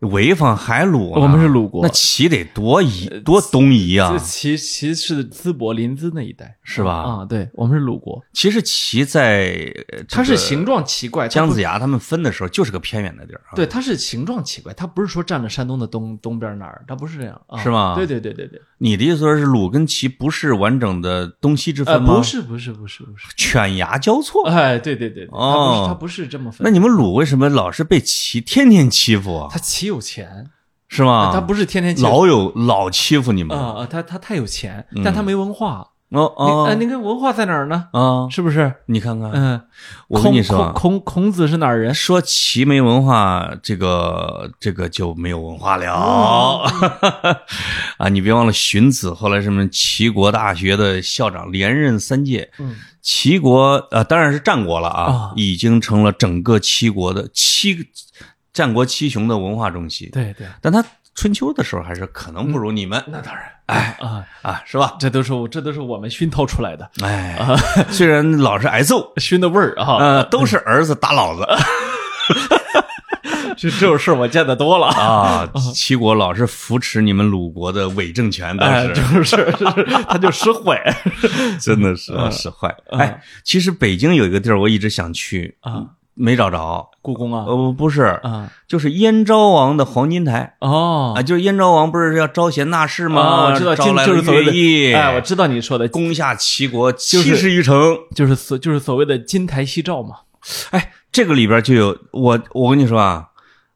[SPEAKER 2] 潍坊海鲁呢，
[SPEAKER 1] 我们是鲁国呃
[SPEAKER 2] 那，齐得多夷多东夷啊
[SPEAKER 1] 这，其其是淄博临淄那一带
[SPEAKER 2] 是吧？
[SPEAKER 1] 啊，对我们是鲁国，
[SPEAKER 2] 其实齐在呃
[SPEAKER 1] 它
[SPEAKER 2] 这
[SPEAKER 1] 是
[SPEAKER 2] 个
[SPEAKER 1] 形状奇怪，它
[SPEAKER 2] 姜
[SPEAKER 1] 不
[SPEAKER 2] 子牙他们分的时候，就是个偏远的地儿啊。
[SPEAKER 1] 对，它是形状奇怪，它不是说占了山东的东东边哪儿，它不是这样，啊、
[SPEAKER 2] 是吗
[SPEAKER 1] 对对对对对，
[SPEAKER 2] 你的意思说是鲁跟齐不是完整的东西之
[SPEAKER 1] 呃，
[SPEAKER 2] 分吗？
[SPEAKER 1] 不是不是不是不是，
[SPEAKER 2] 犬牙交错。
[SPEAKER 1] 哎，对对对对，它不
[SPEAKER 2] 哦
[SPEAKER 1] 是它不是这么分，
[SPEAKER 2] 那你们鲁为什么老是被欺，天天欺负啊？
[SPEAKER 1] 他岂有钱，
[SPEAKER 2] 是吗？
[SPEAKER 1] 他不是天天欺负
[SPEAKER 2] 啊老有老欺负你们
[SPEAKER 1] 啊啊，他他太有钱，但他没文化，
[SPEAKER 2] 哦
[SPEAKER 1] 你呃，
[SPEAKER 2] 哦
[SPEAKER 1] 那个文化在哪儿呢？
[SPEAKER 2] 啊！
[SPEAKER 1] 是不是？
[SPEAKER 2] 你看看，
[SPEAKER 1] 嗯，
[SPEAKER 2] 我跟你说
[SPEAKER 1] 孔
[SPEAKER 2] 啊，
[SPEAKER 1] 孔孔孔子是哪儿人？
[SPEAKER 2] 说齐没文化，这个这个就没有文化了
[SPEAKER 1] 嗯
[SPEAKER 2] 啊！你别忘了荀子后来什么齐国大学的校长，连任三届。
[SPEAKER 1] 嗯，
[SPEAKER 2] 齐国呃，当然是战国了啊
[SPEAKER 1] 啊，
[SPEAKER 2] 已经成了整个齐国的七战国七雄的文化中心。
[SPEAKER 1] 对对，
[SPEAKER 2] 但他春秋的时候还是可能不如你们、
[SPEAKER 1] 那当然，哎啊，
[SPEAKER 2] 啊，是吧？
[SPEAKER 1] 这都是我这都是我们熏陶出来的，
[SPEAKER 2] 哎， 虽然老是挨揍，
[SPEAKER 1] 熏的味儿啊，
[SPEAKER 2] 呃，都是儿子 打老子
[SPEAKER 1] 这这种事儿我见得多了。
[SPEAKER 2] 啊。齐国老是扶持你们鲁国的伪政权，
[SPEAKER 1] 哎，
[SPEAKER 2] 当
[SPEAKER 1] 就是
[SPEAKER 2] 时
[SPEAKER 1] 是是， 他就嗯失毁。
[SPEAKER 2] 真的是使坏。哎，其实北京有一个地儿我一直想去
[SPEAKER 1] 啊，
[SPEAKER 2] 没找着。
[SPEAKER 1] 故宫啊，
[SPEAKER 2] 呃，不是，
[SPEAKER 1] 啊，
[SPEAKER 2] 就是燕昭王的黄金台啊，
[SPEAKER 1] 哦，
[SPEAKER 2] 就是燕昭王不是要招贤纳士
[SPEAKER 1] 啊，
[SPEAKER 2] 吗？
[SPEAKER 1] 我知道，
[SPEAKER 2] 招
[SPEAKER 1] 就
[SPEAKER 2] 来
[SPEAKER 1] 就是所
[SPEAKER 2] 了
[SPEAKER 1] 谓
[SPEAKER 2] 乐毅，
[SPEAKER 1] 的，哎，我知道你说的，
[SPEAKER 2] 攻下齐国七
[SPEAKER 1] 是
[SPEAKER 2] 十余城。
[SPEAKER 1] 就是所就是所谓的金台夕照嘛，
[SPEAKER 2] 哎，这个里边就有我，我跟你说啊，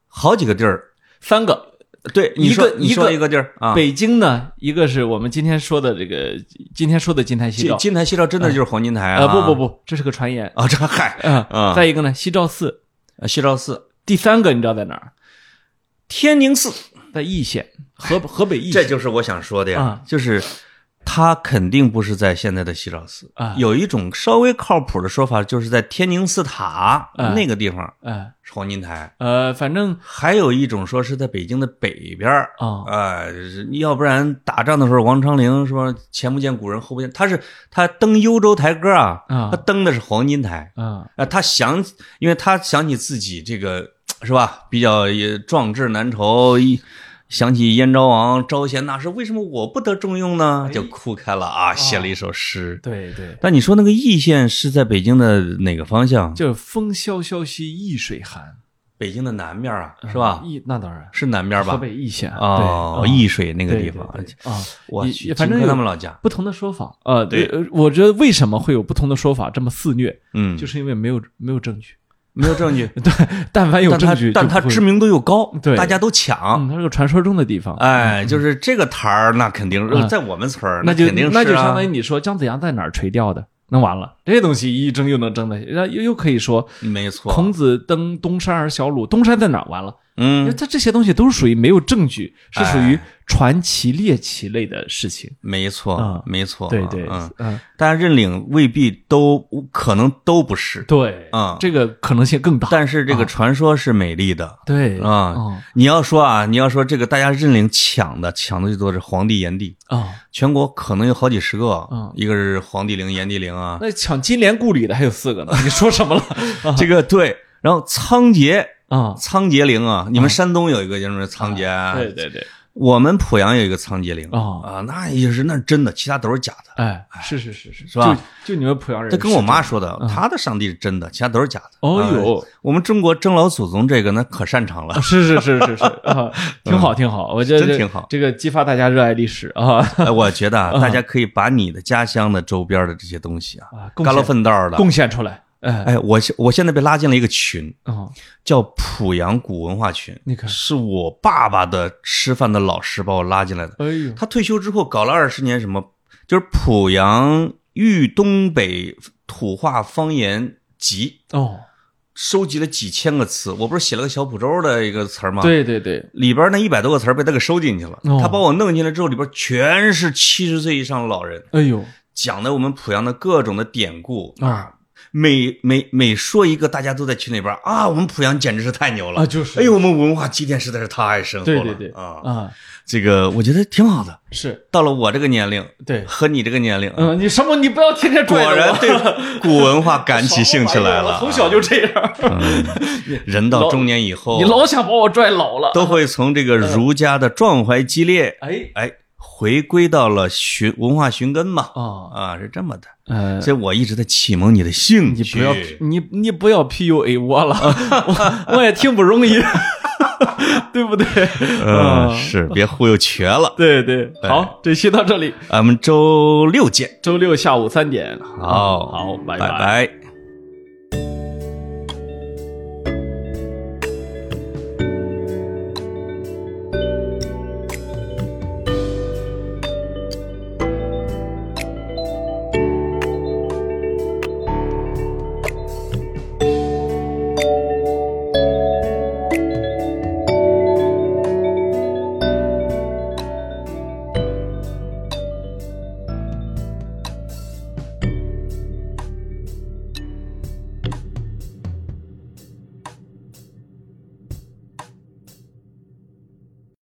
[SPEAKER 2] 好几个地儿，
[SPEAKER 1] 三个。
[SPEAKER 2] 对，你
[SPEAKER 1] 一
[SPEAKER 2] 说
[SPEAKER 1] 个
[SPEAKER 2] 你说
[SPEAKER 1] 一
[SPEAKER 2] 一个地儿啊，
[SPEAKER 1] 北京呢，一个是我们今天说的这个，今天说的金台夕
[SPEAKER 2] 金
[SPEAKER 1] 照，
[SPEAKER 2] 金台夕照真的就是黄金台啊？
[SPEAKER 1] 啊，不不不，这是个传言。
[SPEAKER 2] 啊，这嗨，啊
[SPEAKER 1] 嗯，再一个呢，夕照寺。
[SPEAKER 2] 夕照寺、
[SPEAKER 1] 第三个你知道在哪儿？
[SPEAKER 2] 天宁寺，
[SPEAKER 1] 在易县，河河北易
[SPEAKER 2] 这
[SPEAKER 1] 县。
[SPEAKER 2] 就是我想说的呀
[SPEAKER 1] 啊，
[SPEAKER 2] 就是。它肯定不是在现在的西照寺
[SPEAKER 1] 啊
[SPEAKER 2] 有一种稍微靠谱的说法，就是在天宁寺塔
[SPEAKER 1] 啊
[SPEAKER 2] 那个地方
[SPEAKER 1] 哎
[SPEAKER 2] 是黄金台，
[SPEAKER 1] 呃，反正
[SPEAKER 2] 还有一种说是在北京的北边儿
[SPEAKER 1] 啊
[SPEAKER 2] 哎，要不然打仗的时候，王昌龄说前不见古人后不见，他是他登幽州台歌啊，
[SPEAKER 1] 啊
[SPEAKER 2] 他登的是黄金台
[SPEAKER 1] 啊
[SPEAKER 2] 啊，他想，因为他想起自己这个是吧，比较也壮志难酬，一想起燕昭王招贤纳士，为什么我不得重用
[SPEAKER 1] 哎
[SPEAKER 2] 呢？就哭开了啊，写了一首诗。
[SPEAKER 1] 对对，
[SPEAKER 2] 但你说那个易县是在北京的哪个方向？
[SPEAKER 1] 就是风萧萧兮易水寒
[SPEAKER 2] 北京的南面啊，是吧？
[SPEAKER 1] 嗯易那当然，
[SPEAKER 2] 是南边
[SPEAKER 1] 河
[SPEAKER 2] 吧？
[SPEAKER 1] 北易县
[SPEAKER 2] 哦，
[SPEAKER 1] 对
[SPEAKER 2] 易水那
[SPEAKER 1] 那
[SPEAKER 2] 个地方，
[SPEAKER 1] 啊，
[SPEAKER 2] 我
[SPEAKER 1] 也
[SPEAKER 2] 去
[SPEAKER 1] 也反正
[SPEAKER 2] 荆轲
[SPEAKER 1] 有
[SPEAKER 2] 他们老家，
[SPEAKER 1] 不同的说法啊，呃
[SPEAKER 2] 对
[SPEAKER 1] 呃我觉得为什么会有不同的说法这么肆虐，
[SPEAKER 2] 嗯，
[SPEAKER 1] 就是是因为没有没有证据。
[SPEAKER 2] 没有 证据，
[SPEAKER 1] 但凡有
[SPEAKER 2] 但
[SPEAKER 1] 证
[SPEAKER 2] 他
[SPEAKER 1] 据就不
[SPEAKER 2] 但
[SPEAKER 1] 会，
[SPEAKER 2] 他知名度又高，
[SPEAKER 1] 对
[SPEAKER 2] 大家都抢。
[SPEAKER 1] 嗯，它是个传说中的地方，
[SPEAKER 2] 哎，就是这个台儿，那肯定呃
[SPEAKER 1] 嗯
[SPEAKER 2] 在我们村儿，
[SPEAKER 1] 那就
[SPEAKER 2] 肯定是啊
[SPEAKER 1] 那就相当于你说姜子牙在哪儿垂钓的，那完了，这东西一争又能争的，那又又可以说
[SPEAKER 2] 嗯没错，
[SPEAKER 1] 孔子登东山而小鲁，东山在哪儿？完了，因为
[SPEAKER 2] 嗯，
[SPEAKER 1] 它这些东西都是属于没有证据，是属于
[SPEAKER 2] 哎
[SPEAKER 1] 传奇猎奇类的事情。
[SPEAKER 2] 没
[SPEAKER 1] 嗯
[SPEAKER 2] 错，没错，
[SPEAKER 1] 对对，
[SPEAKER 2] 嗯，
[SPEAKER 1] 嗯，
[SPEAKER 2] 大家认领未必都可能都不是，
[SPEAKER 1] 对，
[SPEAKER 2] 嗯
[SPEAKER 1] 这个可能性更大。
[SPEAKER 2] 但是这个传说是美丽的，
[SPEAKER 1] 啊对
[SPEAKER 2] 啊
[SPEAKER 1] 嗯
[SPEAKER 2] 你要说啊，你要说这个大家认领抢的，抢的最多是黄帝、炎帝，
[SPEAKER 1] 啊，
[SPEAKER 2] 全国可能有好几十个，
[SPEAKER 1] 嗯
[SPEAKER 2] 一个是黄帝陵、炎帝陵啊，
[SPEAKER 1] 那抢金莲故里的还有四个 呢，你说什么了？
[SPEAKER 2] 这个对。然后仓颉，
[SPEAKER 1] 啊，
[SPEAKER 2] 仓颉陵啊，你们山东有一个叫什么仓颉、啊
[SPEAKER 1] 对对对，
[SPEAKER 2] 我们濮阳有一个仓颉陵、
[SPEAKER 1] 哦
[SPEAKER 2] 啊，那也是那是真的，其他都是假的。
[SPEAKER 1] 哎，是是是是，是
[SPEAKER 2] 吧？
[SPEAKER 1] 就你们濮阳人是
[SPEAKER 2] 这
[SPEAKER 1] 这样，哎
[SPEAKER 2] 跟我妈说的，她的上帝是真的，其他都是假的。
[SPEAKER 1] 哦
[SPEAKER 2] 啊
[SPEAKER 1] 哟，
[SPEAKER 2] 我们中国征老祖宗这个那可擅长 了
[SPEAKER 1] 啊，。 是是是是是啊，挺好挺好，我觉得
[SPEAKER 2] 真
[SPEAKER 1] 这
[SPEAKER 2] 挺好
[SPEAKER 1] 这个激发大家热爱历史 啊
[SPEAKER 2] 哎我觉得啊，大家可以把你的家乡的周边的这些东西啊，
[SPEAKER 1] 啊，贡
[SPEAKER 2] 嘎
[SPEAKER 1] 献
[SPEAKER 2] 啦粪道的，
[SPEAKER 1] 贡献出来，哎
[SPEAKER 2] 哎，我现我现在被拉进了一个群，
[SPEAKER 1] 哦，
[SPEAKER 2] 叫濮阳古文化群，
[SPEAKER 1] 你看
[SPEAKER 2] 是我爸爸的吃饭的老师把我拉进来的。
[SPEAKER 1] 哎呦，
[SPEAKER 2] 他退休之后搞了二十年，什么就是濮阳豫东北土话方言集，
[SPEAKER 1] 哦，
[SPEAKER 2] 收集了几千个词。我不是写了个小蒲州的一个词儿吗？。
[SPEAKER 1] 对对对，
[SPEAKER 2] 里边那一百多个词儿被他给收进去了，
[SPEAKER 1] 哦
[SPEAKER 2] 他把我弄进来之后，里边全是七十岁以上老人
[SPEAKER 1] 哎呦
[SPEAKER 2] 讲的我们濮阳的各种的典故，
[SPEAKER 1] 啊
[SPEAKER 2] 每每每说一个，大家都在群里边儿啊，我们濮阳简直是太牛了
[SPEAKER 1] 啊，！就是，
[SPEAKER 2] 哎呦，，我们文化积淀实在是太深厚了。
[SPEAKER 1] 对对对
[SPEAKER 2] 啊，
[SPEAKER 1] 啊
[SPEAKER 2] 这个我觉得挺好的。
[SPEAKER 1] 是
[SPEAKER 2] 到了我这个年龄
[SPEAKER 1] 对，
[SPEAKER 2] 和你这个年龄，
[SPEAKER 1] 嗯，你什么你不要天天
[SPEAKER 2] 果
[SPEAKER 1] 拽着我
[SPEAKER 2] 然对古文化感起兴趣来了。啊嗯
[SPEAKER 1] 我从小就这样，
[SPEAKER 2] 人到中年以 后，
[SPEAKER 1] 你老想把我拽老了，
[SPEAKER 2] 都会从这个儒家的壮怀激烈，
[SPEAKER 1] 哎
[SPEAKER 2] 哎，回归到了寻文化寻根嘛。
[SPEAKER 1] 啊
[SPEAKER 2] 啊，是这么的。
[SPEAKER 1] 呃。
[SPEAKER 2] 所以我一直在启蒙你的兴
[SPEAKER 1] 你
[SPEAKER 2] 趣。
[SPEAKER 1] 不要你你不要 PUA 我了， 我我也挺不容易， 对不对？
[SPEAKER 2] 嗯，哎
[SPEAKER 1] 啊
[SPEAKER 2] 是别忽悠瘸了。
[SPEAKER 1] 对对，好，这期到这里，
[SPEAKER 2] 咱们周六见。
[SPEAKER 1] 周六下午三点。
[SPEAKER 2] 好，
[SPEAKER 1] 好，拜
[SPEAKER 2] 拜拜